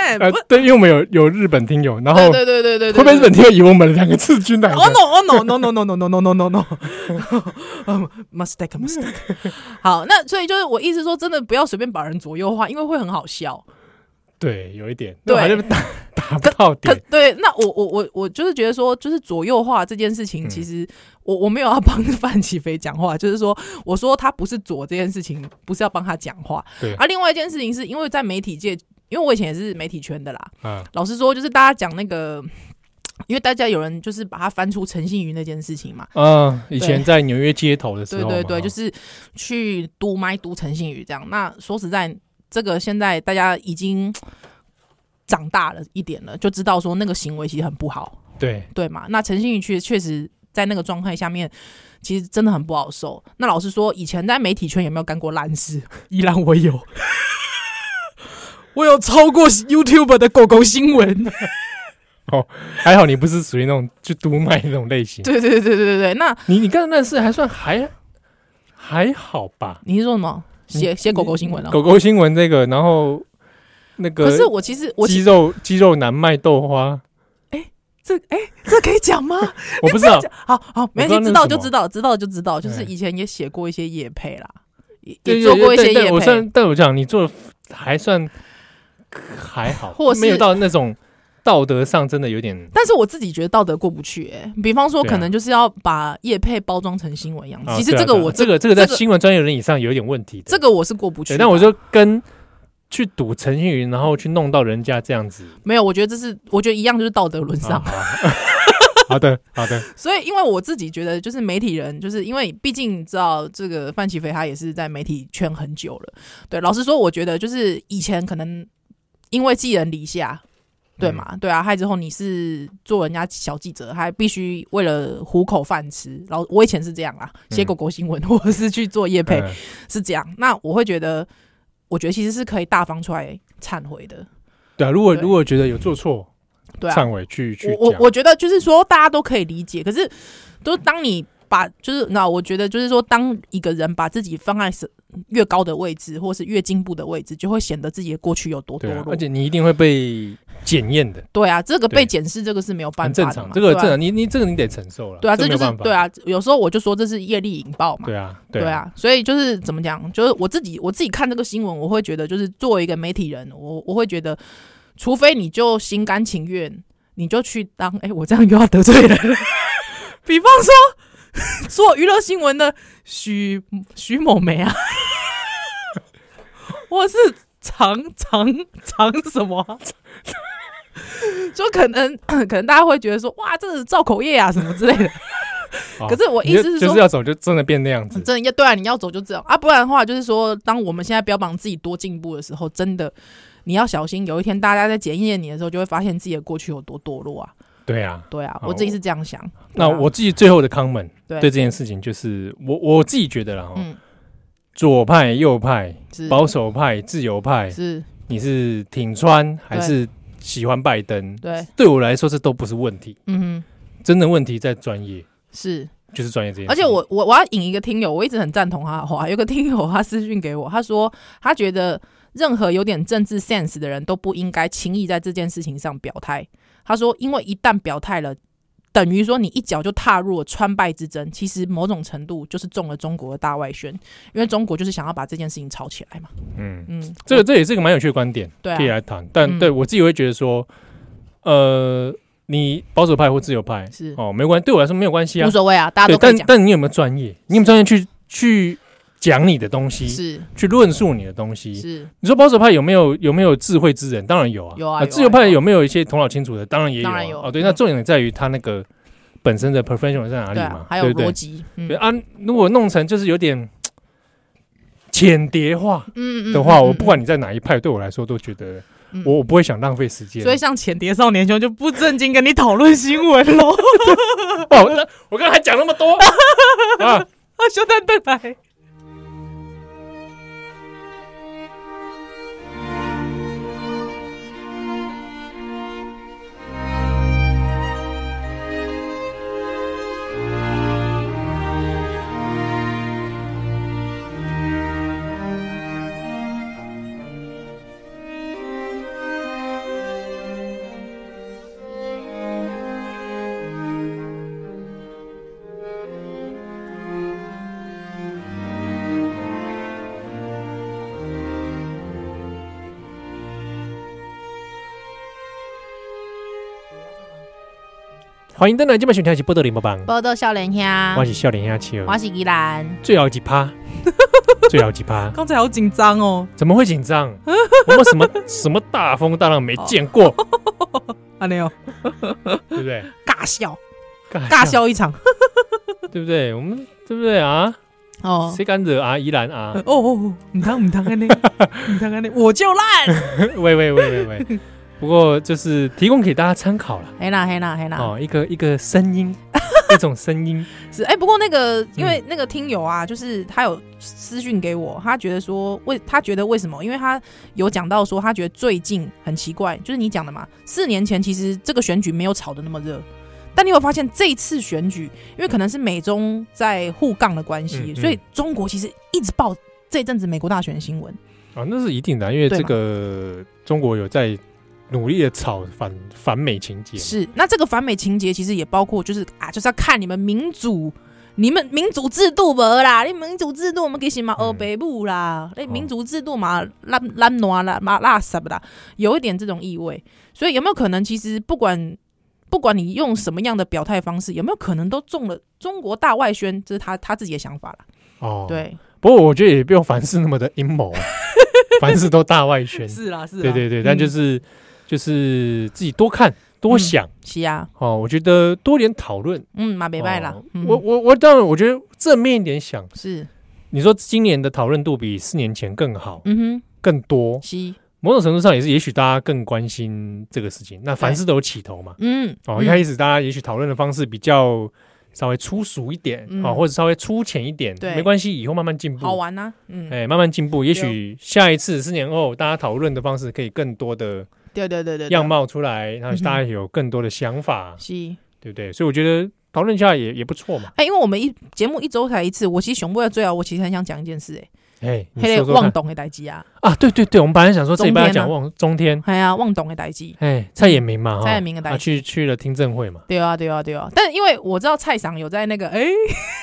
Speaker 1: 哎ん，不，，
Speaker 2: 对，因为我们有有日本听友，然后
Speaker 1: 对对对对对，
Speaker 2: 会不会日本听友以为我们两个赤军来的？
Speaker 1: 哦 no 哦 no no no no no no no no no no mistake mistake。好，那所以就是我意思说，真的不要随便把人左右化，因为会很好笑。
Speaker 2: 对，有一点，
Speaker 1: 对
Speaker 2: 那 好像打打不到
Speaker 1: 可
Speaker 2: 点，
Speaker 1: 对，那我我我我就是觉得说，就是左右化这件事情，
Speaker 2: 嗯
Speaker 1: 其实我我没有要帮 范启飞讲话，就是说，我说他不是左这件事情，不是要帮他讲话。啊
Speaker 2: 对
Speaker 1: 而另外一件事情是因为在媒体界，因为我以前也是媒体圈的啦，
Speaker 2: 啊，
Speaker 1: 老实说，就是大家讲那个。因为大家有人就是把它翻出陈信宇那件事情嘛，
Speaker 2: 嗯，以
Speaker 1: 对
Speaker 2: 前在纽约街头的时
Speaker 1: 对
Speaker 2: 候嘛，
Speaker 1: 对对，就是是去读麦读陈信宇这样。那说实在，这个现在大家已经长大了一点了，就知道说那个行为其实很不好，
Speaker 2: 对，
Speaker 1: 对嘛？那陈信宇确确实在那个状态下面，其实真的很不好受。那老实说，以前在媒体圈有没有干过烂事？ 依然我有，我有超过 YouTube 的狗狗新闻。
Speaker 2: 还好你不是属于那种去督卖那种类型，
Speaker 1: 对对对对对对，那
Speaker 2: 你你刚才那事还算还还好吧？
Speaker 1: 你是说什么？写
Speaker 2: 你
Speaker 1: 写狗狗新闻哦。
Speaker 2: 嗯狗狗新闻这个，然后那个
Speaker 1: 可是我其实我其
Speaker 2: 鸡肉鸡肉难卖豆花，
Speaker 1: 这哎、这可以讲吗？
Speaker 2: 我 不知啊道，
Speaker 1: 好好，没
Speaker 2: 知道
Speaker 1: 关系，知
Speaker 2: 那是
Speaker 1: 道
Speaker 2: 什
Speaker 1: 就
Speaker 2: 么
Speaker 1: 知道，知道就知道，就是
Speaker 2: 对
Speaker 1: 以前也写过一些夜配啦，也
Speaker 2: 对
Speaker 1: 也做过一些
Speaker 2: 对对
Speaker 1: 夜
Speaker 2: 我
Speaker 1: 配，
Speaker 2: 算，但我讲你做的还算还好，
Speaker 1: 或是
Speaker 2: 没有到那种道德上真的有点
Speaker 1: 但是我自己觉得道德过不去、欸，比方说
Speaker 2: 对啊
Speaker 1: 可能就是要把夜配包装成新闻样子，
Speaker 2: 啊
Speaker 1: 嗯其实
Speaker 2: 对
Speaker 1: 这
Speaker 2: 啊
Speaker 1: 个
Speaker 2: 对啊
Speaker 1: 我
Speaker 2: 这
Speaker 1: 这
Speaker 2: 个这个在
Speaker 1: 这个
Speaker 2: 新闻专业人以上有一点问题的，
Speaker 1: 这个我是过不去
Speaker 2: 对，
Speaker 1: 的，
Speaker 2: 但我就跟去赌陈星云，然后去弄到人家这样 子，
Speaker 1: 没有，我觉得这是我觉得一样就是道德沦丧，
Speaker 2: 啊好好的好的，
Speaker 1: 所以因为我自己觉得就是媒体人，就是因为毕竟你知道这个范启飞他也是在媒体圈很久了，对，老实说，我觉得就是以前可能因为寄人篱下， 对
Speaker 2: 嗯
Speaker 1: 嘛？对啊，害之后你是做人家小记者，还必须为了糊口饭吃。然后我以前是这样啦，写
Speaker 2: 嗯
Speaker 1: 狗狗新闻、 或者是去做业配、
Speaker 2: 嗯
Speaker 1: 是这样。那我会觉得，我觉得其实是可以大方出来忏悔的，
Speaker 2: 对啊，如果
Speaker 1: 对
Speaker 2: 如果觉得有做错，
Speaker 1: 对啊。
Speaker 2: 忏悔去去
Speaker 1: 我我
Speaker 2: 讲
Speaker 1: 我觉得就是说大家都可以理解，可是都当你把就是那我觉得就是说，当一个人把自己放在是呃越高的位置，或是越进步的位置，就会显得自己的过去有多堕
Speaker 2: 对啊，
Speaker 1: 落
Speaker 2: 而。且你一定会被检验的，
Speaker 1: 对啊，这个
Speaker 2: 对
Speaker 1: 被检视，这个是没有办法
Speaker 2: 很正
Speaker 1: 的嘛
Speaker 2: 常，这个
Speaker 1: 对啊
Speaker 2: 正常，你你这个你得承受了，
Speaker 1: 对啊，这
Speaker 2: 没
Speaker 1: 就
Speaker 2: 有
Speaker 1: 是
Speaker 2: 办法
Speaker 1: 对，啊。有时候我就说这是业力引爆嘛。
Speaker 2: 对啊，
Speaker 1: 对，啊，所以就是怎么讲，就是我自己我自己看这个新闻，我会觉得就是作为一个媒体人，我我会觉得，除非你就心甘情愿，你就去当，哎、我这样又要得罪人了。比方说做娱乐新闻的许许某梅啊，我是常常常什么啊、就可能可能大家会觉得说，哇，这是造口业啊什么之类的。
Speaker 2: 好
Speaker 1: 可是我
Speaker 2: 哦你
Speaker 1: 哦意
Speaker 2: 就
Speaker 1: 思是说，
Speaker 2: 就是要走就真的变那样子，
Speaker 1: 真的要对啊，你要走就这样啊，不然的话就是说，当我们现在标榜自己多进步的时候，真的你要小心，有一天大家在检验你的时候，就会发现自己的过去有多堕落啊。
Speaker 2: 对啊。
Speaker 1: 对啊，
Speaker 2: 好
Speaker 1: 我自己是这样想。对
Speaker 2: 那
Speaker 1: 啊
Speaker 2: 我自己最后的 comment
Speaker 1: 对
Speaker 2: 对这件事情就是我我自己觉得啦，哦
Speaker 1: 嗯
Speaker 2: 左派、右派、
Speaker 1: 是
Speaker 2: 保守派、自由派，
Speaker 1: 是，
Speaker 2: 你是挺川还是喜欢拜登？
Speaker 1: 对，
Speaker 2: 对我来说，这都不是问题，
Speaker 1: 嗯哼，
Speaker 2: 真的问题在专业，
Speaker 1: 是。
Speaker 2: 就是专业这件事。
Speaker 1: 而且我我我要引一个听友，我一直很赞同他的话，有个听友他私讯给我，他说他觉得任何有点政治 sense 的人都不应该轻易在这件事情上表态。他说，因为一旦表态了。等于说，你一脚就踏入了川败之争，其实某种程度就是中了中国的大外宣，因为中国就是想要把这件事情炒起来嘛。
Speaker 2: 嗯，
Speaker 1: 嗯，
Speaker 2: 这个这也是一个蛮有趣的观点，
Speaker 1: 对啊
Speaker 2: 可以来谈。但
Speaker 1: 嗯
Speaker 2: 对我自己会觉得说，呃，你保守派或自由派
Speaker 1: 是
Speaker 2: 哦，没关对我来说没有关系啊
Speaker 1: 无，所谓啊，大家
Speaker 2: 哦对，
Speaker 1: 都可以
Speaker 2: 但
Speaker 1: 讲。
Speaker 2: 但你有没有专业？你有没有专业去去讲你的东西，
Speaker 1: 是
Speaker 2: 去论述你的东西。
Speaker 1: 是，
Speaker 2: 你说保守派有没有有没有智慧之人？当然有啊，
Speaker 1: 有啊有啊
Speaker 2: 自由派有没有一些头脑清楚的？当然也有、
Speaker 1: 当然有嗯
Speaker 2: 哦，对，那重点在于他那个本身的 professional 在哪里
Speaker 1: 对
Speaker 2: 嘛
Speaker 1: 啊，，还有
Speaker 2: 不对
Speaker 1: 逻？辑，嗯
Speaker 2: 对啊，如果弄成就是有点浅叠化
Speaker 1: 嗯
Speaker 2: 的话，我不管你在哪一派，对我来说都觉得我我不会想浪费时间。
Speaker 1: 所以像浅碟少年兄就不正经跟你讨论新闻喽，
Speaker 2: 哦，那我刚才还讲那么多 啊，
Speaker 1: 兄弟对来。
Speaker 2: 欢迎登来今晚选跳起波多黎 波邦，
Speaker 1: 报道笑脸呀
Speaker 2: 我是笑脸下企鹅，
Speaker 1: 我是依兰，
Speaker 2: 最后几 趴，最后几趴，
Speaker 1: 刚才好紧张哦，
Speaker 2: 怎么会紧张？我们什么什么大风大浪没见过，
Speaker 1: 哦阿牛
Speaker 2: 对不对？
Speaker 1: 哦尬笑
Speaker 2: 尬
Speaker 1: 尬，笑 一场
Speaker 2: 对不对？我们对不对啊？
Speaker 1: 哦
Speaker 2: 谁敢惹啊？宜兰啊？
Speaker 1: 哦哦，唔当唔当安尼，唔当安尼，我就烂。
Speaker 2: 喂喂喂喂喂！不过就是提供给大家参考了
Speaker 1: 嘿啦嘿啦嘿啦，
Speaker 2: 哦，一个一个 声音，一种声音，
Speaker 1: 是哎，不过那
Speaker 2: 嗯
Speaker 1: 个因为那个听友啊，就是他有私讯给我，他觉得说为他觉得为什么？因为他有讲到说他觉得最近很奇怪，就是你讲的嘛，四年前其实这个选举没有炒的那么热。但你有没有发现这一次选举，因为可能是美中在互杠的关系，
Speaker 2: 嗯嗯
Speaker 1: 所以中国其实一直报这阵子美国大选的新闻。
Speaker 2: 啊，那是一定的啊，因为
Speaker 1: 对
Speaker 2: 这
Speaker 1: 嘛
Speaker 2: 个中国有在努力的炒反反美情节，
Speaker 1: 是，那这个反美情节其实也包括，就是啊，就是要看你们民主，你们民主制度无啦，你民主制度我们给什么
Speaker 2: 嗯
Speaker 1: 二北部啦，那、
Speaker 2: 哦
Speaker 1: 民主制度嘛，烂烂烂啦，嘛垃圾啦，有一点这种意味。所以有没有可能，其实不管不管你用什么样的表态方式，有没有可能都中了中国大外宣？这是他他自己的想法啦。
Speaker 2: 哦，。
Speaker 1: 对，
Speaker 2: 不过我觉得也不用凡事那么的阴谋 啊，凡事都大外宣，
Speaker 1: 是啦，是啦，
Speaker 2: 对对对，但就
Speaker 1: 嗯
Speaker 2: 是就是自己多看多想
Speaker 1: 是啊，
Speaker 2: 哦，我觉得多点讨论，
Speaker 1: 嗯，马北拜啦
Speaker 2: 哦，
Speaker 1: 嗯
Speaker 2: 我我我当然我觉得正面一点想，
Speaker 1: 是，
Speaker 2: 你说今年的讨论度比四年前更好
Speaker 1: 嗯
Speaker 2: 更多
Speaker 1: 哼，，是，
Speaker 2: 某种程度上也是，也许大家更关心这个事情。那凡事都有起头嘛，
Speaker 1: 嗯，
Speaker 2: 哦，
Speaker 1: 嗯
Speaker 2: 一开始大家也许讨论的方式比较稍微粗俗一点，
Speaker 1: 嗯
Speaker 2: 哦，或者稍微粗浅一点，
Speaker 1: 对
Speaker 2: 没关系，以后慢慢进
Speaker 1: 好
Speaker 2: 步，
Speaker 1: 玩呐、嗯，
Speaker 2: 哎，慢慢进步，也许下一次四年后，大家讨论的方式可以更多的
Speaker 1: 对对对对对，
Speaker 2: 样貌出来，然后
Speaker 1: 嗯哼
Speaker 2: 大家有更多的想法，
Speaker 1: 是。
Speaker 2: 对不对？所以我觉得讨论一下也也不错嘛。
Speaker 1: 哎、因为我们一节目一周才一次，我其实熊不要追啊，我其实很想讲一件事、
Speaker 2: 哎，
Speaker 1: 哎，
Speaker 2: 你
Speaker 1: 黑个
Speaker 2: 说说
Speaker 1: 忘
Speaker 2: 看
Speaker 1: 懂的代机啊，
Speaker 2: 啊，对对对，我们本来想说这一
Speaker 1: 中天
Speaker 2: 半要讲
Speaker 1: 啊
Speaker 2: 忘中天，
Speaker 1: 哎呀，忘懂的代机，
Speaker 2: 哎，蔡衍明嘛，哈
Speaker 1: 嗯蔡衍明的代
Speaker 2: 啊
Speaker 1: 志
Speaker 2: 去去了听证会嘛，
Speaker 1: 对啊，对啊，对啊。但因为我知道蔡赏有在那个，哎、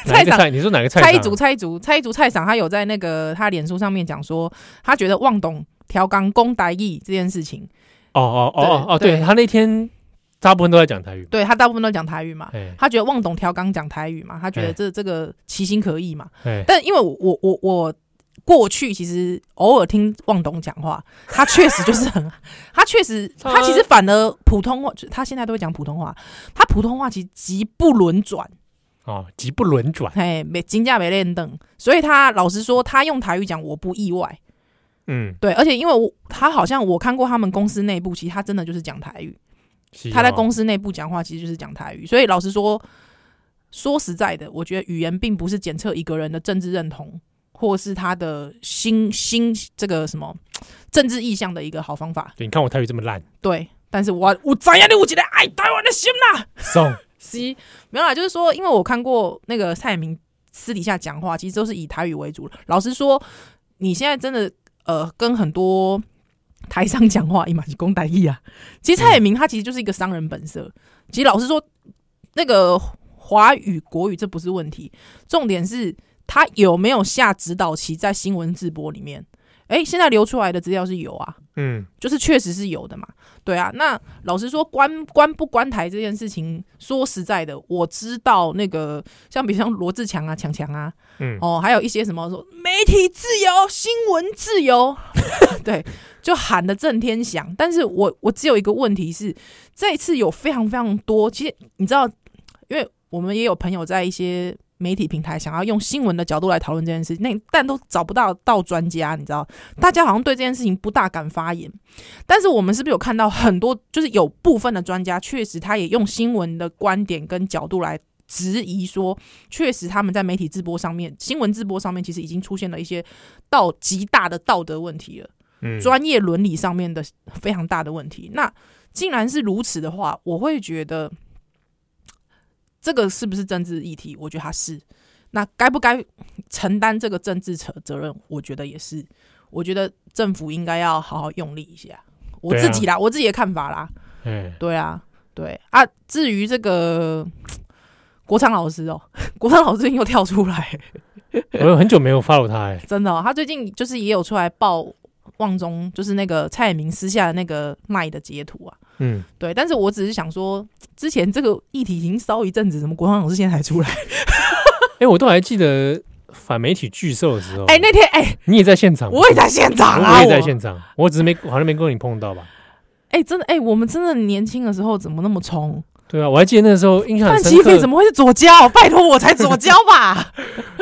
Speaker 2: 哪一
Speaker 1: 蔡
Speaker 2: 个
Speaker 1: 长
Speaker 2: 蔡？你说哪个蔡
Speaker 1: 蔡一
Speaker 2: 长
Speaker 1: 族，蔡一族，蔡一族，蔡赏他有在那个他脸书上面讲说，他觉得忘懂调纲公台义这件事情，
Speaker 2: 哦哦哦哦哦，
Speaker 1: 对
Speaker 2: 对他那天大部分都在讲台语，
Speaker 1: 对他大部分都讲台语嘛。
Speaker 2: 哎
Speaker 1: 他觉得忘懂调纲讲台语嘛，他觉
Speaker 2: 哎
Speaker 1: 得这这个其心可异嘛。
Speaker 2: 哎，
Speaker 1: 但因为我我我我过去其实偶尔听望董讲话，他确实就是很，他确实
Speaker 2: 他
Speaker 1: 他其实反而普通话，他现在都会讲普通话，他普通话其实极不轮转，
Speaker 2: 哦，极不轮转，
Speaker 1: 嘿，没金价没练等，所以他老实说，他用台语讲我不意外，
Speaker 2: 嗯，
Speaker 1: 对，而且因为我他好像我看过他们公司内部，其实他真的就是讲台语，
Speaker 2: 是
Speaker 1: 他在
Speaker 2: 哦
Speaker 1: 公司内部讲话其实就是讲台语，所以老实说，说实在的，我觉得语言并不是检测一个人的政治认同或是他的心心这个什么政治意向的一个好方法。
Speaker 2: 对你看我台语这么烂，
Speaker 1: 对，但是我我怎样你有一个爱台湾的心啦、
Speaker 2: 送
Speaker 1: 是，没有啦，就是说，因为我看过那个蔡明私底下讲话，其实都是以台语为主。老实说，你现在真的呃，跟很多台商讲话，也嘛是公台语啊。其实蔡衍明他其实就是一个商人本色。其实老实说，那个华语国语这不是问题，重点是他有没有下指导棋在新闻直播里面。哎，现在流出来的资料是有啊，
Speaker 2: 嗯，
Speaker 1: 就是确实是有的嘛，对啊。那老实说，关关不关台这件事情，说实在的，我知道那个像比如像罗志强啊、强强啊，
Speaker 2: 嗯
Speaker 1: 哦，还有一些什么说媒体自由、新闻自由， 对，就喊得震天响。但是我我只有一个问题是，这一次有非常非常多，其实你知道，因为我们也有朋友在一些。媒体平台想要用新闻的角度来讨论这件事，那但都找不到到专家，你知道，大家好像对这件事情不大敢发言。但是我们是不是有看到很多，就是有部分的专家确实他也用新闻的观点跟角度来质疑说，确实他们在媒体直播上面、新闻直播上面，其实已经出现了一些到极大的道德问题了。
Speaker 2: 嗯
Speaker 1: 专业伦理上面的非常大的问题。那既然是如此的话，我会觉得这个是不是政治议题？我觉得它是。那该不该承担这个政治责责任？我觉得也是。我觉得政府应该要好好用力一下。我
Speaker 2: 对啊
Speaker 1: 自己啦，我自己的看法啦。
Speaker 2: 哎，
Speaker 1: 对啊，对啊。至于这个国昌老师哦， 国昌老师最近又跳出来 了，
Speaker 2: 我有很久没有 follow 他，哎，
Speaker 1: 真的、哦，他最近就是也有出来爆旺中，就是那个蔡衍明私下的那个卖的截图啊。
Speaker 2: 嗯，
Speaker 1: 对，但是我只是想说，之前这个议题已经烧一阵子，怎么国防老师现在才出来？
Speaker 2: 哎，我都还记得反媒体巨兽的时候，
Speaker 1: 哎、那天哎、
Speaker 2: 你也在现场，
Speaker 1: 我也在现场
Speaker 2: 哦我
Speaker 1: 啊，
Speaker 2: 我也在
Speaker 1: 场。
Speaker 2: 现场，我只是没好像没跟你碰到吧？
Speaker 1: 哎、真的哎、我们真的年轻的时候怎么那么冲？
Speaker 2: 对啊，我还记得那时候印象
Speaker 1: 范
Speaker 2: 很
Speaker 1: 琪
Speaker 2: 深
Speaker 1: 斐怎
Speaker 2: 刻。
Speaker 1: 么会是左交？拜托，我才左交吧。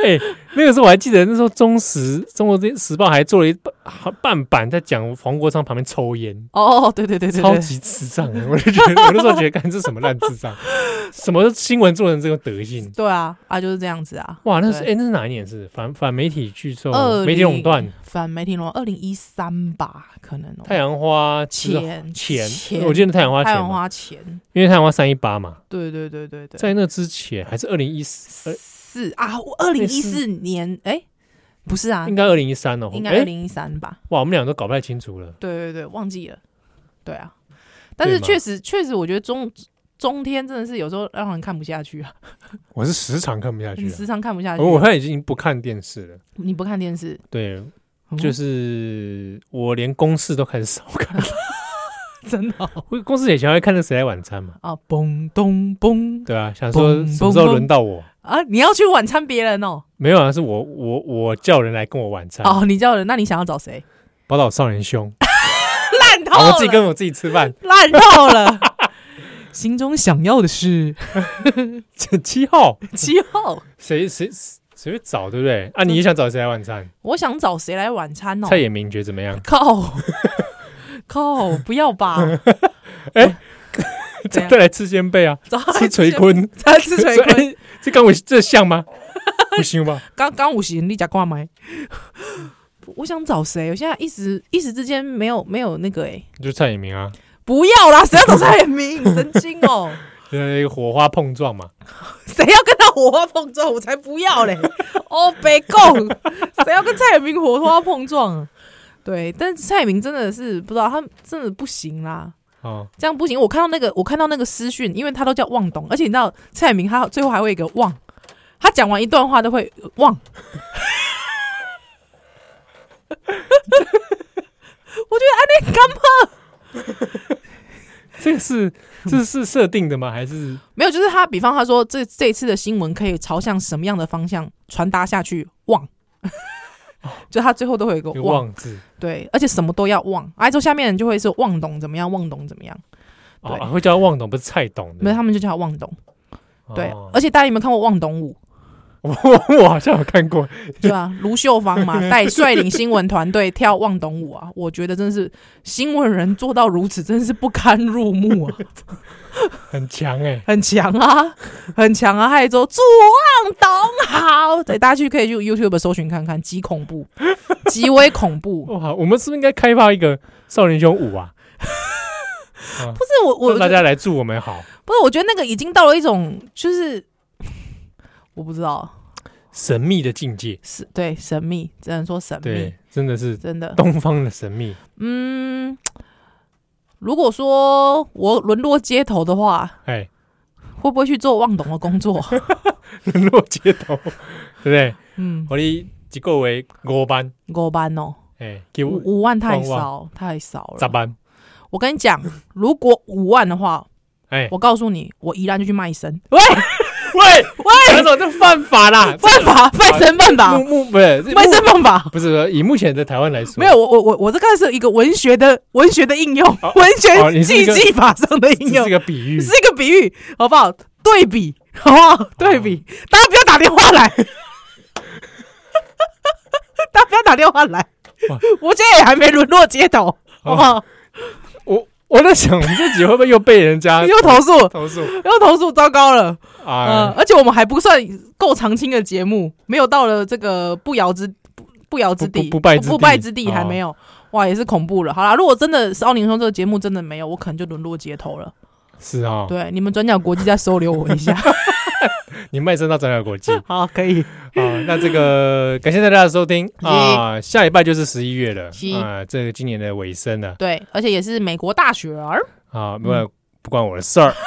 Speaker 2: 哎，那个时候我还记得那时候中时《中国时报》还做了一半半版在讲黄国昌旁边抽烟，
Speaker 1: 哦，对对对对
Speaker 2: 超
Speaker 1: 对，
Speaker 2: 级智障啊的，我就觉得我那时候觉得，看这什么烂智 障，什么新闻做成这个德性。
Speaker 1: 对啊啊，就是这样子啊。
Speaker 2: 哇，那是哎、
Speaker 1: 对
Speaker 2: 那是哪一年是？反反媒体巨兽
Speaker 1: 二，
Speaker 2: 媒体垄断，
Speaker 1: 反媒体龙二零一三吧，可能、哦、
Speaker 2: 太阳花之后
Speaker 1: 前
Speaker 2: 前，我记得太阳花啊
Speaker 1: 太
Speaker 2: 前
Speaker 1: 阳
Speaker 2: 嘛，
Speaker 1: 花钱，
Speaker 2: 因为太阳花三一八嘛，
Speaker 1: 对对对对对，
Speaker 2: 在那之前还是二零一四，呃
Speaker 1: 四啊，我二零一四年，哎、不是啊
Speaker 2: 应，该二零一三哦，
Speaker 1: 应
Speaker 2: 哎
Speaker 1: 该二零一三吧？
Speaker 2: 哇，我们两个都搞不太清楚了。
Speaker 1: 对对对，忘记了，对啊，但是
Speaker 2: 对嘛
Speaker 1: 确实确实，我觉得中中天真的是有时候让人看不下去啊，
Speaker 2: 我是时常看不下啊哦
Speaker 1: 你时常看不下去，啊
Speaker 2: 我现在已经不看电视了。
Speaker 1: 你不看电视，
Speaker 2: 对，
Speaker 1: 嗯
Speaker 2: 就是我连公式都开始少看。
Speaker 1: 真的哦
Speaker 2: 我公式以前会看那《谁来晚餐》嘛，
Speaker 1: 啊，嘣咚嘣
Speaker 2: 对啊，想说什么时候轮到我？
Speaker 1: 啊，你要去晚餐别人哦，
Speaker 2: 没有啊，是我我我叫人来跟我晚餐。
Speaker 1: 哦，你叫人，那你想要找谁？哦
Speaker 2: 宝岛少年兄，啊
Speaker 1: 烂透
Speaker 2: 我自己
Speaker 1: 了，
Speaker 2: 跟我自己吃饭。
Speaker 1: 烂透 了，心中想要的是
Speaker 2: 七号，
Speaker 1: 七号，
Speaker 2: 谁谁谁会找，对不对？啊，你也想找谁来晚餐？
Speaker 1: 我想找谁来晚餐哦？
Speaker 2: 蔡衍明觉得怎么样？
Speaker 1: 靠 靠，不要 吧！怎
Speaker 2: 再
Speaker 1: 样
Speaker 2: 再来吃煎贝 啊，
Speaker 1: 找
Speaker 2: 吃垂， 坤，
Speaker 1: 他吃
Speaker 2: 所
Speaker 1: 锤
Speaker 2: 以
Speaker 1: 坤。
Speaker 2: 哎这刚我这像吗？不行吧？
Speaker 1: 刚刚五行你假挂麦， 我想找谁？我现在一时一时之间没有没有那个哎、
Speaker 2: 就蔡衍明啊，
Speaker 1: 不要 啦！谁要找蔡衍明？神经 哦！
Speaker 2: 呃，火花碰撞嘛。
Speaker 1: 谁要跟他火花碰撞？我才不要嘞！ 哦，别供，谁要跟蔡衍明火花碰撞、啊？对，但是蔡衍明真的是不知道，他真的不行啦。
Speaker 2: 哦，
Speaker 1: 这样不行。我看到那个，我看到那个私讯，因为他都叫忘董，而且你知道蔡明他最后还会有一个忘，他讲完一段话都会呃忘。我觉得安内干嘛？
Speaker 2: 这个是这是设定的吗？还是
Speaker 1: 没有，就是他，比方他说这 这一次的新闻可以朝向什么样的方向传达下去？忘，就他最后都会有一个
Speaker 2: 有
Speaker 1: 忘，
Speaker 2: 忘字？
Speaker 1: 对，而且什么都要忘。哎，之后下面人就会说忘董怎么样，忘董怎么样，
Speaker 2: 哦，
Speaker 1: 对
Speaker 2: 啊会叫他忘董，不是蔡董的。
Speaker 1: 没有他们就叫他忘董。对，
Speaker 2: 哦
Speaker 1: 而且大家有没有看过忘董舞？
Speaker 2: 我我好像有看过，
Speaker 1: 对啊，卢秀芳嘛，带率领新闻团队跳望董舞啊，我觉得真是新闻人做到如此，真是不堪入目 啊，
Speaker 2: 很强哎。
Speaker 1: 很强啊，很强啊！还有说祝望董好，对，大家去可以去 YouTube 搜寻看看，极恐 怖，极为恐怖。不
Speaker 2: 哇，我们是不是应该开发一个少年兄舞啊？
Speaker 1: 是我，我
Speaker 2: 让大家来祝我们好。
Speaker 1: 不是，我觉得那个已经到了一种就是。我不知道，
Speaker 2: 神秘的境界，
Speaker 1: 是对神秘，只能说神秘
Speaker 2: 对，，真的是
Speaker 1: 真的。
Speaker 2: 东方的神秘。
Speaker 1: 嗯，如果说我沦落街头的话，
Speaker 2: 哎，
Speaker 1: 会不会去做望董的工 作？
Speaker 2: 沦落街头，对不对？
Speaker 1: 嗯，
Speaker 2: 我的一个为五班，
Speaker 1: 五班哦，
Speaker 2: 哎，给我
Speaker 1: 五五万太
Speaker 2: 旺旺
Speaker 1: 少，太少了。
Speaker 2: 咋办？
Speaker 1: 我跟你 讲，如果五万的话，
Speaker 2: 哎，
Speaker 1: 我告诉你，我依然就去卖 身。喂，
Speaker 2: 喂喂，这这犯法啦！
Speaker 1: 犯
Speaker 2: 啊
Speaker 1: 法，卖身犯法
Speaker 2: 目，目不是
Speaker 1: 卖身犯法。
Speaker 2: 不是以目前的台湾来说，
Speaker 1: 没有，我我我我这个是一个文学的文学的应用，
Speaker 2: 哦哦
Speaker 1: 文学
Speaker 2: 你是一
Speaker 1: 技
Speaker 2: 个
Speaker 1: 技法上的应
Speaker 2: 这
Speaker 1: 用
Speaker 2: 是，个比喻，
Speaker 1: 是一个比喻，好不好？对比，好不好？对比，大家不要打电话来，大家不要打电话来
Speaker 2: 哇，
Speaker 1: 我现在也还没沦落街头，好不好？
Speaker 2: 我我在想，我们这集会不会又被人 家
Speaker 1: 又投诉，
Speaker 2: 投诉
Speaker 1: 又投诉，糟糕了。嗯
Speaker 2: 啊，？
Speaker 1: 而且我们还不算够长青的节目，没有到了这个不摇之不不摇之
Speaker 2: 不
Speaker 1: 地、
Speaker 2: 不不败之地
Speaker 1: 不败之地还没有。哇，也是恐怖了。好啦，如果真的是奥林说这个节目真的没有，我可能就沦落街头了。
Speaker 2: 是啊，
Speaker 1: 对，你们转角国际再收留我一下。
Speaker 2: 你卖身到转角 国际啊，
Speaker 1: 好，可以。
Speaker 2: 那这个感谢大家的收听啊，下礼拜就是十一月了
Speaker 1: 是
Speaker 2: 啊，这个今年的尾声了
Speaker 1: 对，而且也是美国大雪儿。嗯
Speaker 2: 啊，不管不关我的事儿。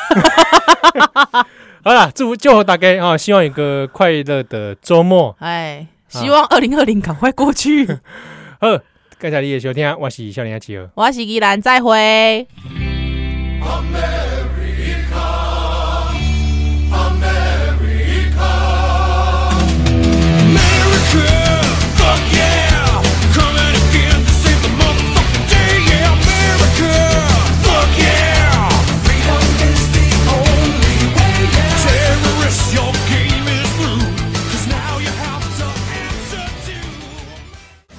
Speaker 2: 好了，祝福祝福大家啊，希望有个快乐的周末。
Speaker 1: 哎，希望二零二零赶快过 去。
Speaker 2: 好，感哦谢你的收听，我是少年阿奇儿。
Speaker 1: 我是依兰，再会。
Speaker 4: Amen.